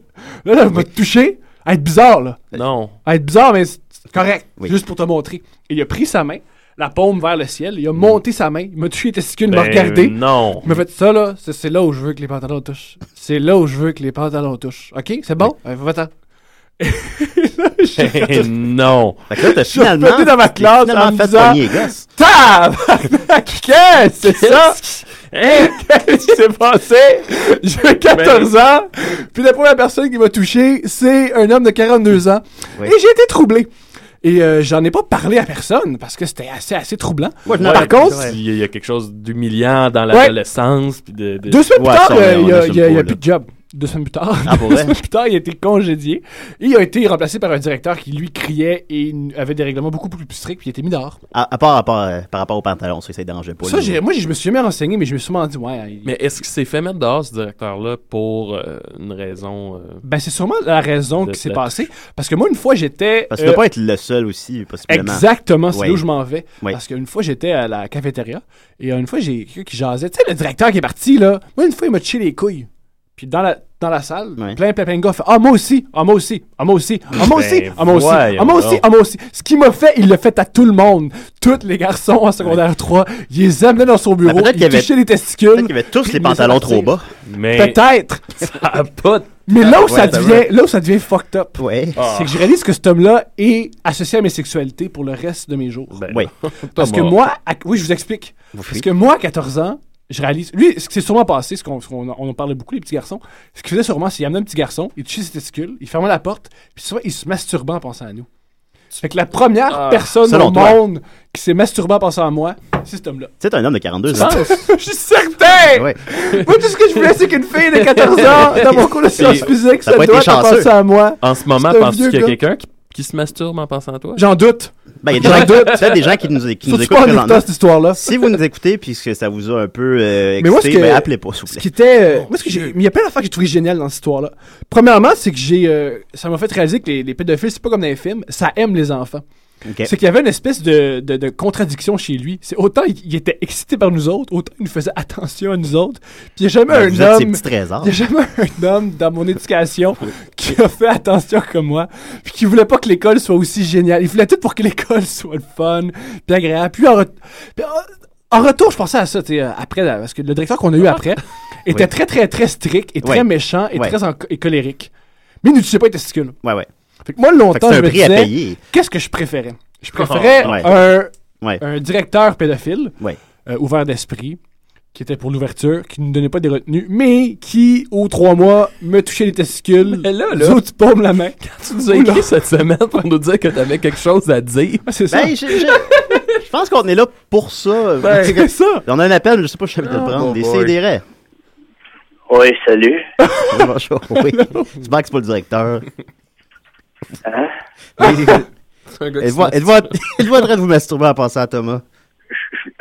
C: Là, là, m'a touché. À être bizarre, là
D: Non.
C: à être bizarre, mais c'est c'est correct.
B: Oui.
C: Juste pour te montrer. Et il a pris sa main, la paume vers le ciel, il a monté sa main, il m'a touché les testicules, il m'a
D: Ben,
C: regardé.
D: Non.
C: (laughs) Il m'a fait ça, là, c'est c'est là où je veux que les pantalons touchent. C'est là où je veux que les pantalons touchent. OK? C'est bon? Ouais, Va-t'en.
D: Eh, non.
B: Fait que là,
C: (laughs)
B: t'as finalement.
C: pété dans ma
B: t'as
C: classe
B: finalement
C: en me
B: fait
C: disant-
B: pogner, gosse.
C: Tabarnak! (laughs) Qu'est-ce que c'est ça?
D: Eh,
C: (laughs) Qu'est-ce qui s'est passé? J'ai 14 ans, puis la première personne qui m'a touché, c'est un homme de 42 ans.
B: Oui.
C: Et j'ai été troublé. Et euh, j'en ai pas parlé à personne parce que c'était assez, assez troublant.
B: Ouais, je m'en
C: Par
B: rappelle,
C: contre,
B: c'est vrai.
D: il y a- il y a quelque chose d'humiliant dans l'adolescence. puis de, de-
C: Deux semaines
B: Ouais,
C: plus tard,
B: ça, on est-
C: euh, il n'y
B: on
C: a,
B: est sur
C: il y a-
B: le
C: il y a
B: coup,
C: plus de job. Deux semaines plus tard.
B: (laughs) Ah, pour
C: (laughs) deux
B: vrai?
C: semaines plus tard, il a été congédié. Et il a été remplacé par un directeur qui, lui, criait et n- avait des règlements beaucoup plus stricts, puis il a été mis dehors.
B: À, à part, à part, euh, par rapport aux pantalons, ça, ça ne dérangeait pas.
C: Ça,
B: là.
C: j'ai- moi, j'ai- je me suis jamais renseigné, mais je me suis sûrement dit, ouais. il-
D: Mais est-ce qu'il s'est fait mettre dehors, ce directeur-là, pour euh, une raison... euh,
C: Ben, c'est sûrement la raison
D: De-
C: qui s'est
D: de-
C: passée. Parce que moi, une fois, j'étais.
B: Parce que
C: euh,
B: tu dois pas être le seul aussi, possiblement.
C: Exactement, c'est
B: Ouais.
C: là où je m'en vais.
B: Ouais.
C: Parce qu'une fois, j'étais à la cafétéria et euh, une fois, j'ai quelqu'un qui jasait. Tu sais, le directeur qui est parti, là. Moi, une fois, il m'a touché les couilles. Puis dans la, dans la salle,
B: Ouais.
C: plein, plein, plein de gars font Ah, moi aussi Ah, moi aussi Ah, moi aussi Ah, moi aussi
D: Ben,
C: Ah, moi aussi
D: voyons
C: Ah, moi aussi
D: donc.
C: Ah, moi aussi Ce qu'il m'a fait, il l'a fait à tout le monde. Tous les garçons en secondaire 3, ils les amenaient dans son bureau,
B: Ben, peut-être
C: ils
B: qu'il y avait-
C: touchaient les
B: Peut-être
C: testicules.
B: qu'ils avaient tous
C: puis
B: les
C: ils les
B: pantalons
C: ont
B: trop bas.
D: Mais
B: (laughs)
C: Peut-être
D: ça a Ah, pas de-
C: Mais là où,
B: ouais, Ah.
C: ça
B: c'est
C: devient,
B: vrai.
C: là où ça devient fucked up,
B: Ouais.
C: c'est que je réalise que cet homme-là est associé à mes sexualités pour le reste de mes jours.
D: Ben,
B: Oui.
C: Parce que
D: Thomas.
C: moi, à- oui, je vous explique.
B: Oui.
C: Parce que moi, à 14 ans, je réalise. Lui, ce qui s'est sûrement passé, ce qu'on ce qu'on- on en parlait beaucoup, les petits garçons, ce qu'il faisait sûrement, c'est qu'il amenait un petit garçon, il touchait ses testicules, il fermait la porte, puis souvent, il se masturbait en pensant à nous. Fait que la première
D: Ah,
C: personne
B: selon
C: au
B: toi.
C: monde qui s'est masturbée en pensant à moi, c'est cet homme-là.
B: C'est un homme de 42 ans.
C: Je suis certain!
B: Ouais.
C: Moi, tout ce que je voulais, c'est qu'une fille de 14 ans, dans mon cours de sciences physiques,
B: t'as
C: ça
B: pas été
C: doit penser
B: chanceux.
C: à moi.
D: En ce moment,
C: C'est un
D: penses-tu
C: vieux
D: qu'il y a
C: gars.
D: quelqu'un qui, qui se masturbe en pensant à toi?
C: J'en doute.
B: Ben, il y a des gens, peut-être des gens qui nous, qui nous
C: Surtout
B: écoutent
C: pas en
B: très lentement.
C: écoutant cette histoire-là.
B: Si vous nous écoutez puis que ça vous a un peu euh,
C: Mais moi,
B: excité,
C: ce que-
B: ben, appelez pas, s'il vous
C: Ce
B: plaît.
C: qui était. euh, moi, ce que j'ai. mais Il y a plein d'affaires que j'ai trouvé géniales dans cette histoire-là. Premièrement, c'est que j'ai. euh, ça m'a fait réaliser que les, les pédophiles, c'est pas comme dans les films, ça aime les enfants.
B: Ok.
C: C'est qu'il y avait une espèce de, de- de contradiction chez lui. C'est autant il, il était excité par nous autres, autant il nous faisait attention à nous autres. Puis il n'y a jamais
B: Ben, vous êtes
C: un
B: ces
C: homme.
B: petits trésors.
C: Il n'y a jamais un homme dans mon éducation qui a fait attention comme moi, puis qui voulait pas que l'école soit aussi géniale. Il voulait tout pour que l'école soit le fun, puis agréable. Puis en, re- puis en- en retour, je pensais à ça, tu sais, euh, après, là, parce que le directeur qu'on a
B: (laughs)
C: eu après était
B: Oui.
C: très, très, très strict et très
B: Ouais.
C: méchant et
B: Ouais.
C: très en- et colérique. Mais il ne touchait pas les testicules.
B: Ouais, ouais.
C: Fait que moi,
B: Fait que
C: longtemps,
B: c'est
C: je
B: un
C: me
B: prix à
C: disais,
B: payer.
C: qu'est-ce que je préférais? Je préférais
B: Ouais.
C: un,
B: Ouais.
C: un directeur pédophile,
B: Ouais.
C: euh, ouvert d'esprit, qui était pour l'ouverture, qui ne nous donnait pas des retenues, mais qui, aux trois mois, me touchait les testicules,
D: Mais là, là-
C: les autres paumes la main.
D: (laughs) Tu nous as écrit cette semaine pour nous dire que t'avais quelque chose à dire.
C: Ah, c'est ça. Ben,
B: Ben, euh, je, je- je pense qu'on est là pour ça.
C: c'est ça.
B: On a un appel, je sais pas, je vais te le prendre. Des CDR.
I: Oui, salut.
B: Oui, E.
C: (laughs)
B: bonjour. Oui. J'espère que c'est pas le directeur.
I: Hein?
B: Êtes-vous êtes-vous en êtes-vous en train de vous masturber en pensant à Thomas?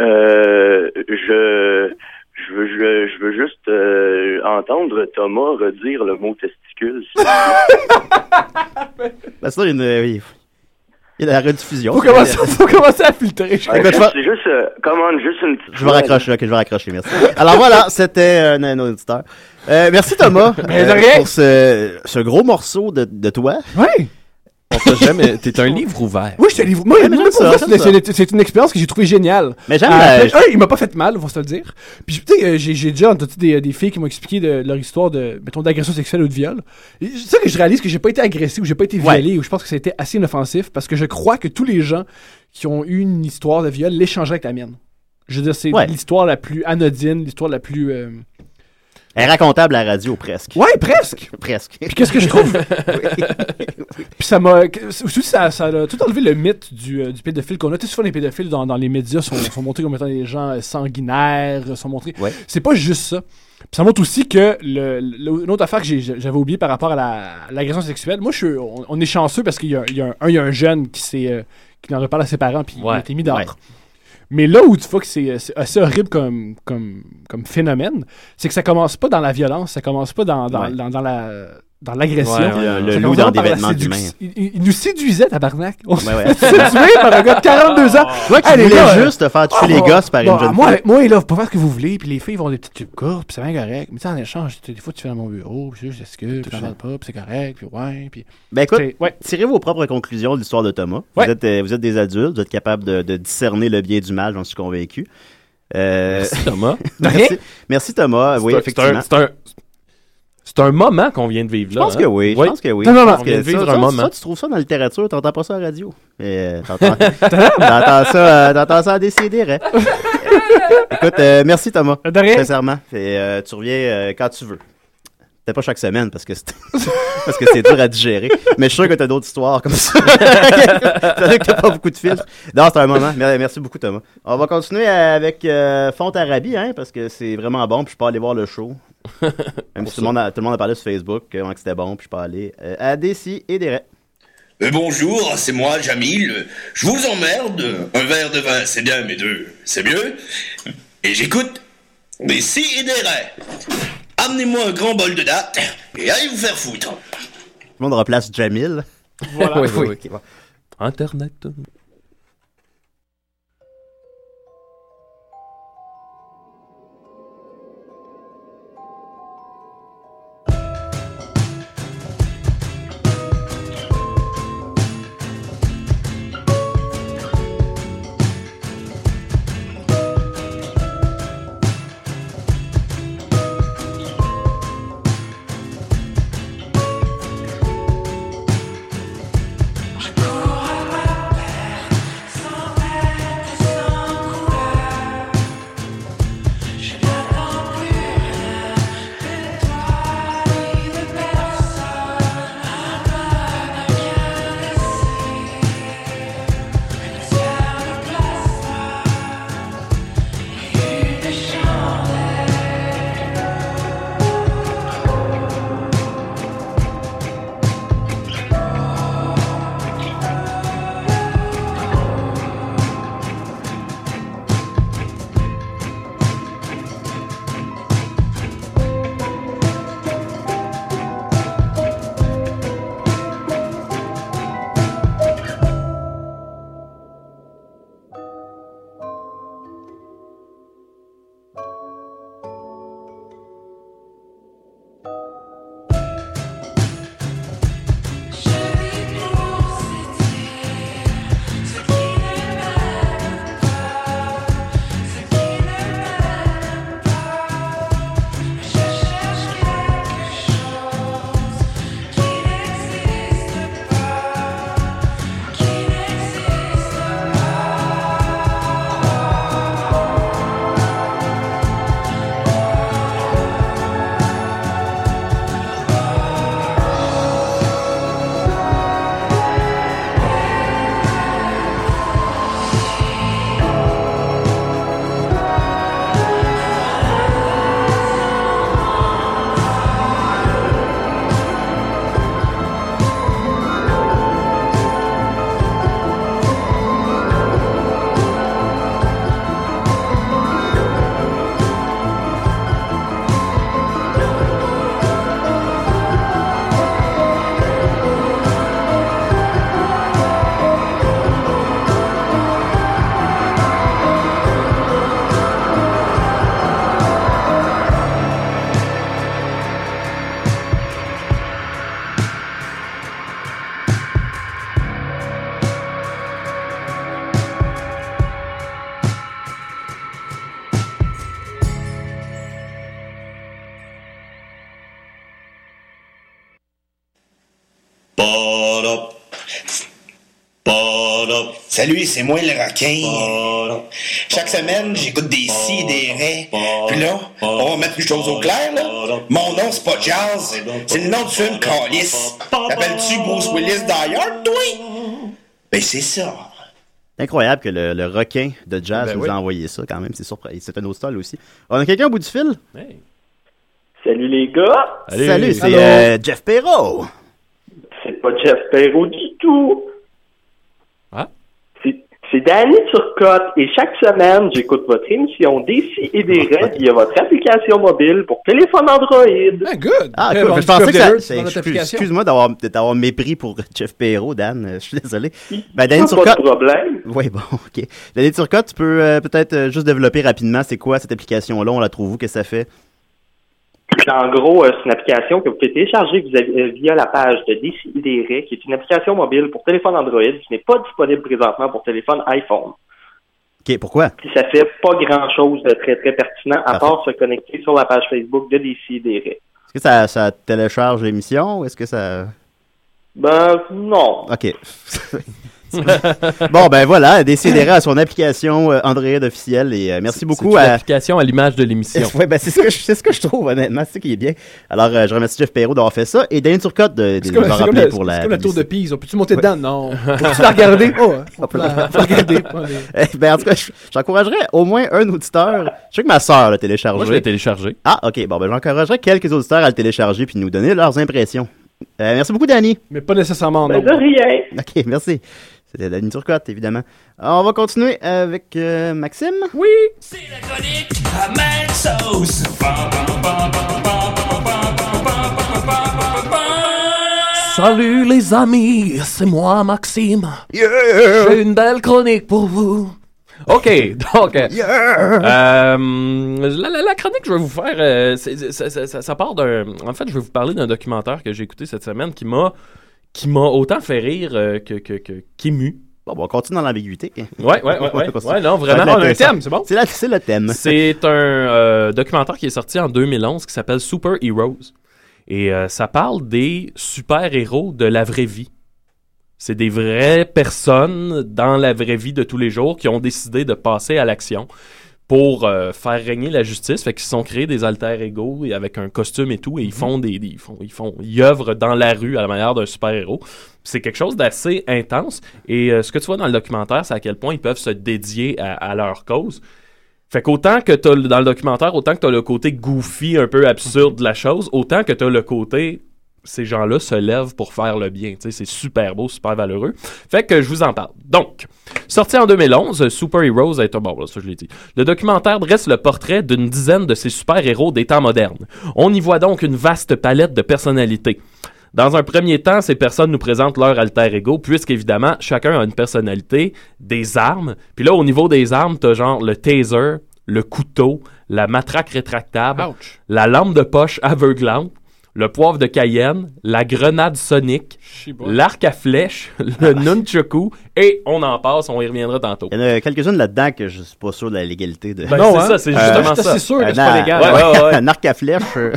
I: Euh, je, je, veux, je, je veux juste euh, entendre Thomas redire le mot testicule.
B: Ben, ça, il y a une- euh, oui. Il y a la rediffusion.
C: Faut commencer, faut commencer à filtrer. je
I: Ouais,
B: (laughs) Écoute, je vais-
I: c'est juste, euh, commande juste une petite.
B: Je vais raccrocher, ok, je vais raccrocher, merci. Alors voilà, c'était un, un auditeur. Euh, merci Thomas
C: (laughs) Mais de rien.
B: pour ce, ce gros morceau de, de toi.
C: crois. Ouais.
D: On t'a jamais. (laughs) T'es un livre ouvert.
C: Oui, je te livre. Moi,
B: Ouais, mais
C: moi,
B: j'aime
C: pour
B: ça,
C: vrai,
B: j'aime
C: c'est-
B: ça.
C: c'est- c'est une expérience que j'ai trouvée géniale.
B: Mais j'aime
C: Ah,
B: la...
C: fait- un, il m'a pas fait mal, on va se le dire. Puis, tu sais, euh, j'ai j'ai déjà entendu des, des filles qui m'ont expliqué de, leur histoire de, mettons, d'agression sexuelle ou de viol. Et C'est ça que je réalise que j'ai pas été agressé ou j'ai pas été
B: Ouais.
C: violé ou je pense que ça a été assez inoffensif parce que je crois que tous les gens qui ont eu une histoire de viol l'échangeraient avec la mienne. Je veux dire, c'est
B: Ouais.
C: l'histoire la plus anodine, l'histoire la plus. euh,
B: Elle est racontable à la radio, presque.
C: Ouais, presque!
B: Presque.
C: Puis qu'est-ce que je trouve? Puis ça m'a. Aussi, ça, ça a tout enlevé le mythe du, euh, du pédophile qu'on a. Tu sais, souvent, les pédophiles dans, dans les médias sont, sont montrés comme étant des gens euh, sanguinaires, euh, sont montrés.
B: Ouais.
C: C'est pas juste ça. Puis ça montre aussi que le, le- une autre affaire que j'ai- j'avais oublié par rapport à la- à l'agression sexuelle, moi, je, suis- on, on est chanceux parce qu'il y a, il y a un, un, il y a un jeune qui s'est. euh, qui n'en reparle à ses parents, puis il
D: Ouais.
C: a été mis dehors.
B: Ouais.
C: Mais là où tu vois que c'est euh, c'est assez horrible comme, comme, comme phénomène, c'est que ça commence pas dans la violence, ça commence pas dans, dans,
B: Ouais.
C: dans, dans la dans l'agression.
D: Ouais, ouais,
C: Ça
B: le- le
C: commence
B: loup dans
C: vraiment
B: des
C: par la
B: vêtements
C: séduc-
B: d'humain.
C: Il, il- il nous séduisait, tabarnak. On s'est
B: Ouais, ouais.
C: fait séduire par un gars de
B: (laughs)
C: 42 ans.
B: Toi qui
C: Hey, les
B: voulais
C: gars,
B: juste te faire tuer les
C: oh,
B: gosses par
C: bon,
B: une jeune
C: moi,
B: fille.
C: moi, là, vous pouvez faire ce que vous voulez, puis les filles vont des petites tubes courtes, puis c'est bien correct. Mais tu sais, en échange, tu- des fois, tu fais dans mon bureau, puis je dis, est-ce que, puis j'en parle pas, puis c'est correct, puis ouais, puis...
B: Ben écoute,
C: C'est- ouais.
B: tirez vos propres conclusions de l'histoire de Thomas.
C: Ouais.
B: Vous, êtes, euh, vous êtes des adultes, vous êtes capables de, de discerner le bien et du mal, j'en suis convaincu. Euh,
D: Merci, (laughs) Thomas.
B: (laughs) merci, merci Thomas. Ah Oui,
D: C'est un-
B: effectivement.
D: C'est un, c'est un moment qu'on vient de vivre
B: Je
D: là. hein?
B: pense que oui. Je
D: Oui.
B: pense que oui.
C: hein? Non, non, non.
B: Je pense
D: On vient de
B: que
D: vivre
B: ça,
D: un
B: ça,
D: moment.
B: ça, tu trouves ça dans la littérature, t'entends pas ça à la radio. Euh, T'entends (laughs) t'entends ça, euh, t'entends ça à décider. hein. Écoute, euh, merci Thomas.
C: De
D: Eh!
C: rien.
B: Sincèrement. Et, euh, tu reviens euh, quand tu veux. Peut-être pas chaque semaine parce que c'est (laughs) parce que c'est dur à digérer. Mais je suis sûr que t'as d'autres histoires comme ça. (laughs) C'est vrai que t'as pas beaucoup de fils. Non, c'est un moment. Mer- Merci beaucoup, Thomas. On va continuer avec euh, Fontarabie, hein, parce que c'est vraiment bon. Puis je peux aller voir le show. Même si tout le, monde a, tout le monde a parlé sur Facebook comment que c'était bon, puis je peux aller euh, à Dessy et des
G: Euh, bonjour, c'est moi, Jamil. Je vous emmerde. Un verre de vin, c'est bien, mais deux, c'est mieux. Et j'écoute des si et des raies. Amenez-moi un grand bol de dattes et allez vous faire foutre.
B: Tout le monde replace Jamil.
D: Voilà. oui, oui, oui.
B: Ok, bon.
D: Internet.
G: Salut, c'est moi le requin. Chaque semaine, j'écoute des si et des ré. Puis là, on va mettre une chose au clair, là. Mon nom, c'est pas Jazz. C'est le nom de film Calice. T'appelles-tu Bruce Willis d'ailleurs, toi? Ben, c'est ça.
B: C'est incroyable que le, le requin de jazz
D: Ben
B: nous
D: oui.
B: a envoyé ça quand même. C'est surprenant. C'est un hostel aussi. On a quelqu'un au bout du fil?
D: Hey.
I: Salut les gars!
D: Allez.
B: Salut, c'est
D: Allô?
B: euh, Jeff Perrault.
I: C'est pas Jeff Perrault du tout!
D: Ah?
I: C'est- C'est Danny Turcotte et chaque semaine, j'écoute votre émission Décis et des rêves via votre application mobile pour téléphone Android.
C: Ah, good.
B: Ah,
C: Très
B: cool. Je pensais
C: bon, Discovery
B: que ça-
C: Earth
B: c'est-
C: dans
B: excuse-
C: notre application.
B: Excuse-moi d'avoir de t'avoir mépris pour (laughs) Jeff Perrault, Dan. Euh, Je suis désolé. Ben,
I: Pas
B: Danny
I: de
B: Turcotte.
I: problème.
B: Oui, bon, OK. Danny Turcotte, tu peux euh, peut-être euh, juste développer rapidement c'est quoi cette application-là? On la trouve où? Qu'est-ce que ça fait?
I: En gros, euh, c'est une application que vous pouvez télécharger vis- euh, via la page de Décideret, qui est une application mobile pour téléphone Android qui n'est pas disponible présentement pour téléphone iPhone.
B: OK, pourquoi?
I: Puis ça fait pas grand-chose de très, très pertinent à
B: Parfait.
I: part se connecter sur la page Facebook de Décideret.
B: Est-ce que ça, ça télécharge l'émission ou est-ce que ça...
I: Ben, non.
B: OK. (laughs) bon, ben voilà, décidera à son application euh, Android officielle et euh, merci beaucoup
D: C'est une
B: à...
D: application à l'image de l'émission.
B: (laughs) Ouais, ben c'est ce que je, c'est ce que je trouve honnêtement, c'est ce qui est bien. Alors euh, je remercie Jeff Perrault d'avoir fait ça et Daniel Turcotte de, de
C: C'est
B: nous
C: comme,
B: avoir
C: c'est comme
B: rappelé
C: le-
B: pour
C: c'est
B: la.
C: comme le tour de Pise. On peut-tu monter
B: Ouais.
C: dedans? (laughs) Non. On peut-tu la regarder? Oh, hein. on peut (laughs) la faut la regarder.
B: (laughs) Eh ben en tout cas, je- j'encouragerais au moins un auditeur. Je sais que ma sœur l'a
D: Moi, je
B: téléchargé.
D: l'ai téléchargé.
B: Ah, ok. Bon, ben j'encouragerais quelques auditeurs à le télécharger puis nous donner leurs impressions. Euh, merci beaucoup, Danny.
C: Mais pas nécessairement, non.
I: Ben, de rien.
B: Ok, merci. C'était Danny Turcotte, évidemment. Alors, on va continuer avec euh, Maxime.
H: C'est la chronique à Mad Sauce. Pam, pam, pam, pam, pam, pam, pam, pam, pam, pam, pam, pam, pam.
D: Salut les amis, c'est moi Maxime. J'ai une belle chronique pour vous. OK, donc euh, euh, la, la- la chronique que je vais vous faire, euh, c'est- c'est- ça, ça- ça- ça part d'un... En fait, je vais vous parler d'un documentaire que j'ai écouté cette semaine qui m'a qui m'a autant fait rire euh, que que- que- qu'ému.
B: Bon, ben, on continue dans l'ambiguïté.
D: ouais, ouais, (laughs) ouais, ouais, ouais, non,
B: Ça va être
D: vraiment.
C: on a un
B: intéressant.
C: thème, c'est bon?
B: C'est la- c'est le thème.
D: C'est un euh, documentaire qui est sorti en 2011 qui s'appelle Super Heroes. Et euh, ça parle des super-héros de la vraie vie. C'est des vraies personnes dans la vraie vie de tous les jours qui ont décidé de passer à l'action pour euh, faire régner la justice. Fait qu'ils se sont créés des alter-égaux et avec un costume et tout. Et ils font des... des- Ils, font, ils, font, ils œuvrent dans la rue à la manière d'un super-héros. C'est quelque chose d'assez intense. Et euh, ce que tu vois dans le documentaire, c'est à quel point ils peuvent se dédier à- à leur cause. Fait qu'autant que t'as le- dans le documentaire, autant que t'as le côté goofy, un peu absurde de la chose, autant que t'as le côté ces gens-là se lèvent pour faire le bien. Tu sais, c'est super beau, super valeureux. Fait que je vous en parle. Donc, sorti en 2011, euh, Super Heroes est un bon, là, ça je l'ai dit. Le documentaire dresse le portrait d'une dizaine de ces super-héros des temps modernes. On y voit donc une vaste palette de personnalités. Dans un premier temps, ces personnes nous présentent leur alter ego, puisqu'évidemment, chacun a une personnalité, des armes. Puis là, au niveau des armes, t'as genre le taser, le couteau, la matraque rétractable,
C: Ouch.
D: la lampe de poche aveuglante, le poivre de Cayenne, la grenade sonique, l'arc à flèche, (laughs) le nunchaku, et on en passe, on y reviendra tantôt.
B: Il y en a quelques-unes là-dedans que je suis pas sûr de la légalité de.
D: Ben,
C: Non,
D: c'est
C: hein.
D: ça, c'est
B: Euh,
D: justement
C: C'est Ben,
D: ça.
C: assez sûr que
B: Un
C: c'est pas
B: ar-
C: légal.
D: Ouais, ouais, ouais.
B: un arc à flèche.
D: (laughs)
B: euh,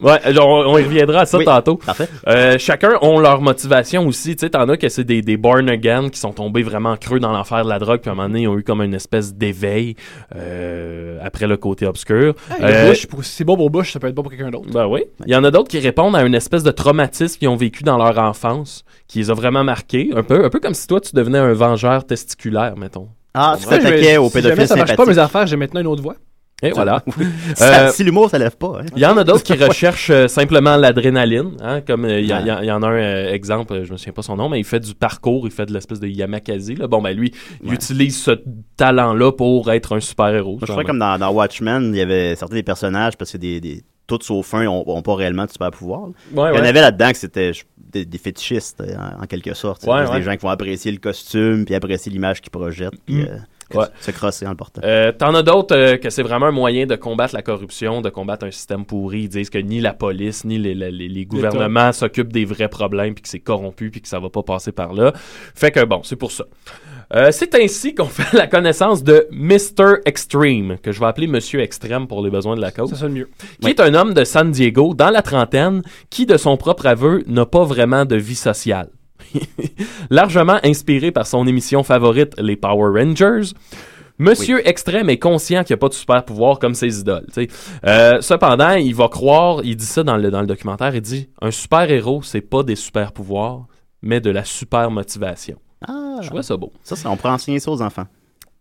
D: Ouais, genre, on, on y reviendra à ça
B: Oui.
D: tantôt.
B: Parfait.
D: Euh, chacun ont leur motivation aussi. Tu sais, t'en as que c'est des, des born again qui sont tombés vraiment creux dans l'enfer de la drogue, puis à un moment donné, ils ont eu comme une espèce d'éveil euh, après le côté obscur.
C: Hey,
D: Euh,
C: Bush, pour- si c'est bon pour Bush, ça peut être bon pour quelqu'un d'autre.
D: Ben oui. Il y en a d'autres qui répondent à une espèce de traumatisme qu'ils ont vécu dans leur enfance, qui les a vraiment marqués. Un peu, un peu comme si toi, tu devenais un vengeur testiculaire, mettons.
B: Ah, tu
C: Ouais, je
B: t'attaquais
C: vais-
B: aux
C: si jamais
B: pédophiles
C: ça marche
B: sympathiques.
C: pas mes affaires, j'ai maintenant une autre voix.
D: Et voilà.
B: Ah, Ça-
D: Euh,
B: si l'humour, ça lève pas. hein.
D: Il y en a d'autres
B: (laughs)
D: qui recherchent euh, simplement l'adrénaline, hein, comme euh, il y, a- il y a- il y en a un euh, exemple, euh, je me souviens pas son nom, mais il fait du parcours, il fait de l'espèce de yamakasi. Là. Bon, ben lui, il
B: Ouais.
D: utilise ce talent-là pour être un super-héros.
B: Moi, je
D: genre.
B: crois comme dans, dans Watchmen, il y avait certains des personnages parce que des, des, tous sauf un ont, ont pas réellement de super pouvoir.
D: Ouais,
B: Il y en
D: Ah ouais.
B: avait là-dedans que c'était je- des, des fétichistes euh, en, en quelque sorte. C'est
D: Ouais,
B: juste
D: ouais.
B: Des gens qui vont apprécier le costume puis apprécier l'image qu'ils projettent puis euh,
D: Ouais.
B: se crosser en le portant.
D: Euh, T'en as d'autres euh, que c'est vraiment un moyen de combattre la corruption, de combattre un système pourri. Ils disent que ni la police, ni les, les- les- les gouvernements s'occupent des vrais problèmes, puis que c'est corrompu, puis que ça va pas passer par là. Fait que bon, c'est pour ça. Euh, c'est ainsi qu'on (laughs) fait la connaissance de Mr. Extreme, que je vais appeler Monsieur Extrême pour les besoins de la cause
C: Ça sonne mieux.
D: qui est un homme de San Diego dans la trentaine qui, de son propre aveu, n'a pas vraiment de vie sociale. (laughs) Largement inspiré par son émission favorite, les Power Rangers, Monsieur Extrême est conscient qu'il n'y a pas de super pouvoir comme ses idoles. tu sais. Euh, cependant, il va croire, il dit ça dans le, dans le documentaire, il dit Un super héros, c'est pas des super pouvoirs, mais de la super motivation.
B: Ah,
D: Je vois ça beau.
B: ça, ça, on pourrait enseigner ça aux enfants.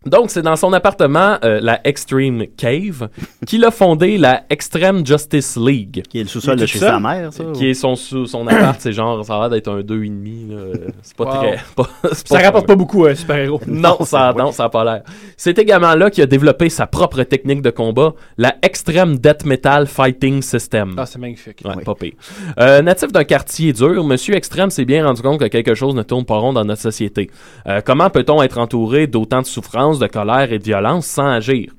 D: Donc, c'est dans son appartement, euh, la Extreme Cave, qu'il a fondé la Extreme Justice League.
B: Qui est le sous-sol
C: Il
B: de
C: est
B: chez
C: tout seul?
B: sa mère, ça.
D: Qui est son, sous- son appart, c'est genre, ça a l'air d'être un 2,5. là, euh, C'est pas
C: Wow.
D: très. (laughs) pas- c'est
C: Ça
D: pas-
C: rapporte pas beaucoup, euh, super-héros.
D: Non,
C: (laughs)
D: ça non, ça a pas l'air. C'est également là qu'il a développé sa propre technique de combat, la Extreme Death Metal Fighting System.
C: Ah, c'est magnifique.
D: Ouais, pas pire. Euh, natif d'un quartier dur, Monsieur Extrême s'est bien rendu compte que quelque chose ne tourne pas rond dans notre société. Euh, comment peut-on être entouré d'autant de souffrance, de colère et de violence sans agir?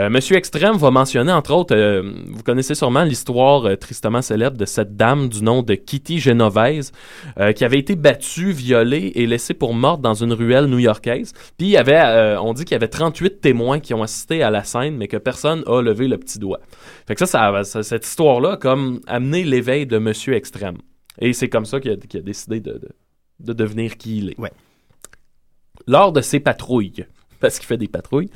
D: Euh, Monsieur Extrême va mentionner, entre autres, euh, vous connaissez sûrement l'histoire euh, tristement célèbre de cette dame du nom de Kitty Genovese, euh, qui avait été battue, violée et laissée pour morte dans une ruelle new-yorkaise. Puis il y avait, euh, on dit qu'il y avait 38 témoins qui ont assisté à la scène, mais que personne a levé le petit doigt. Fait que ça, ça, ça- cette histoire-là a comme amené l'éveil de Monsieur Extrême. Et c'est comme ça qu'il a, qu'il a décidé de, de, de devenir qui il est.
B: Ouais.
D: Lors de ses patrouilles, (laughs) parce qu'il fait des patrouilles,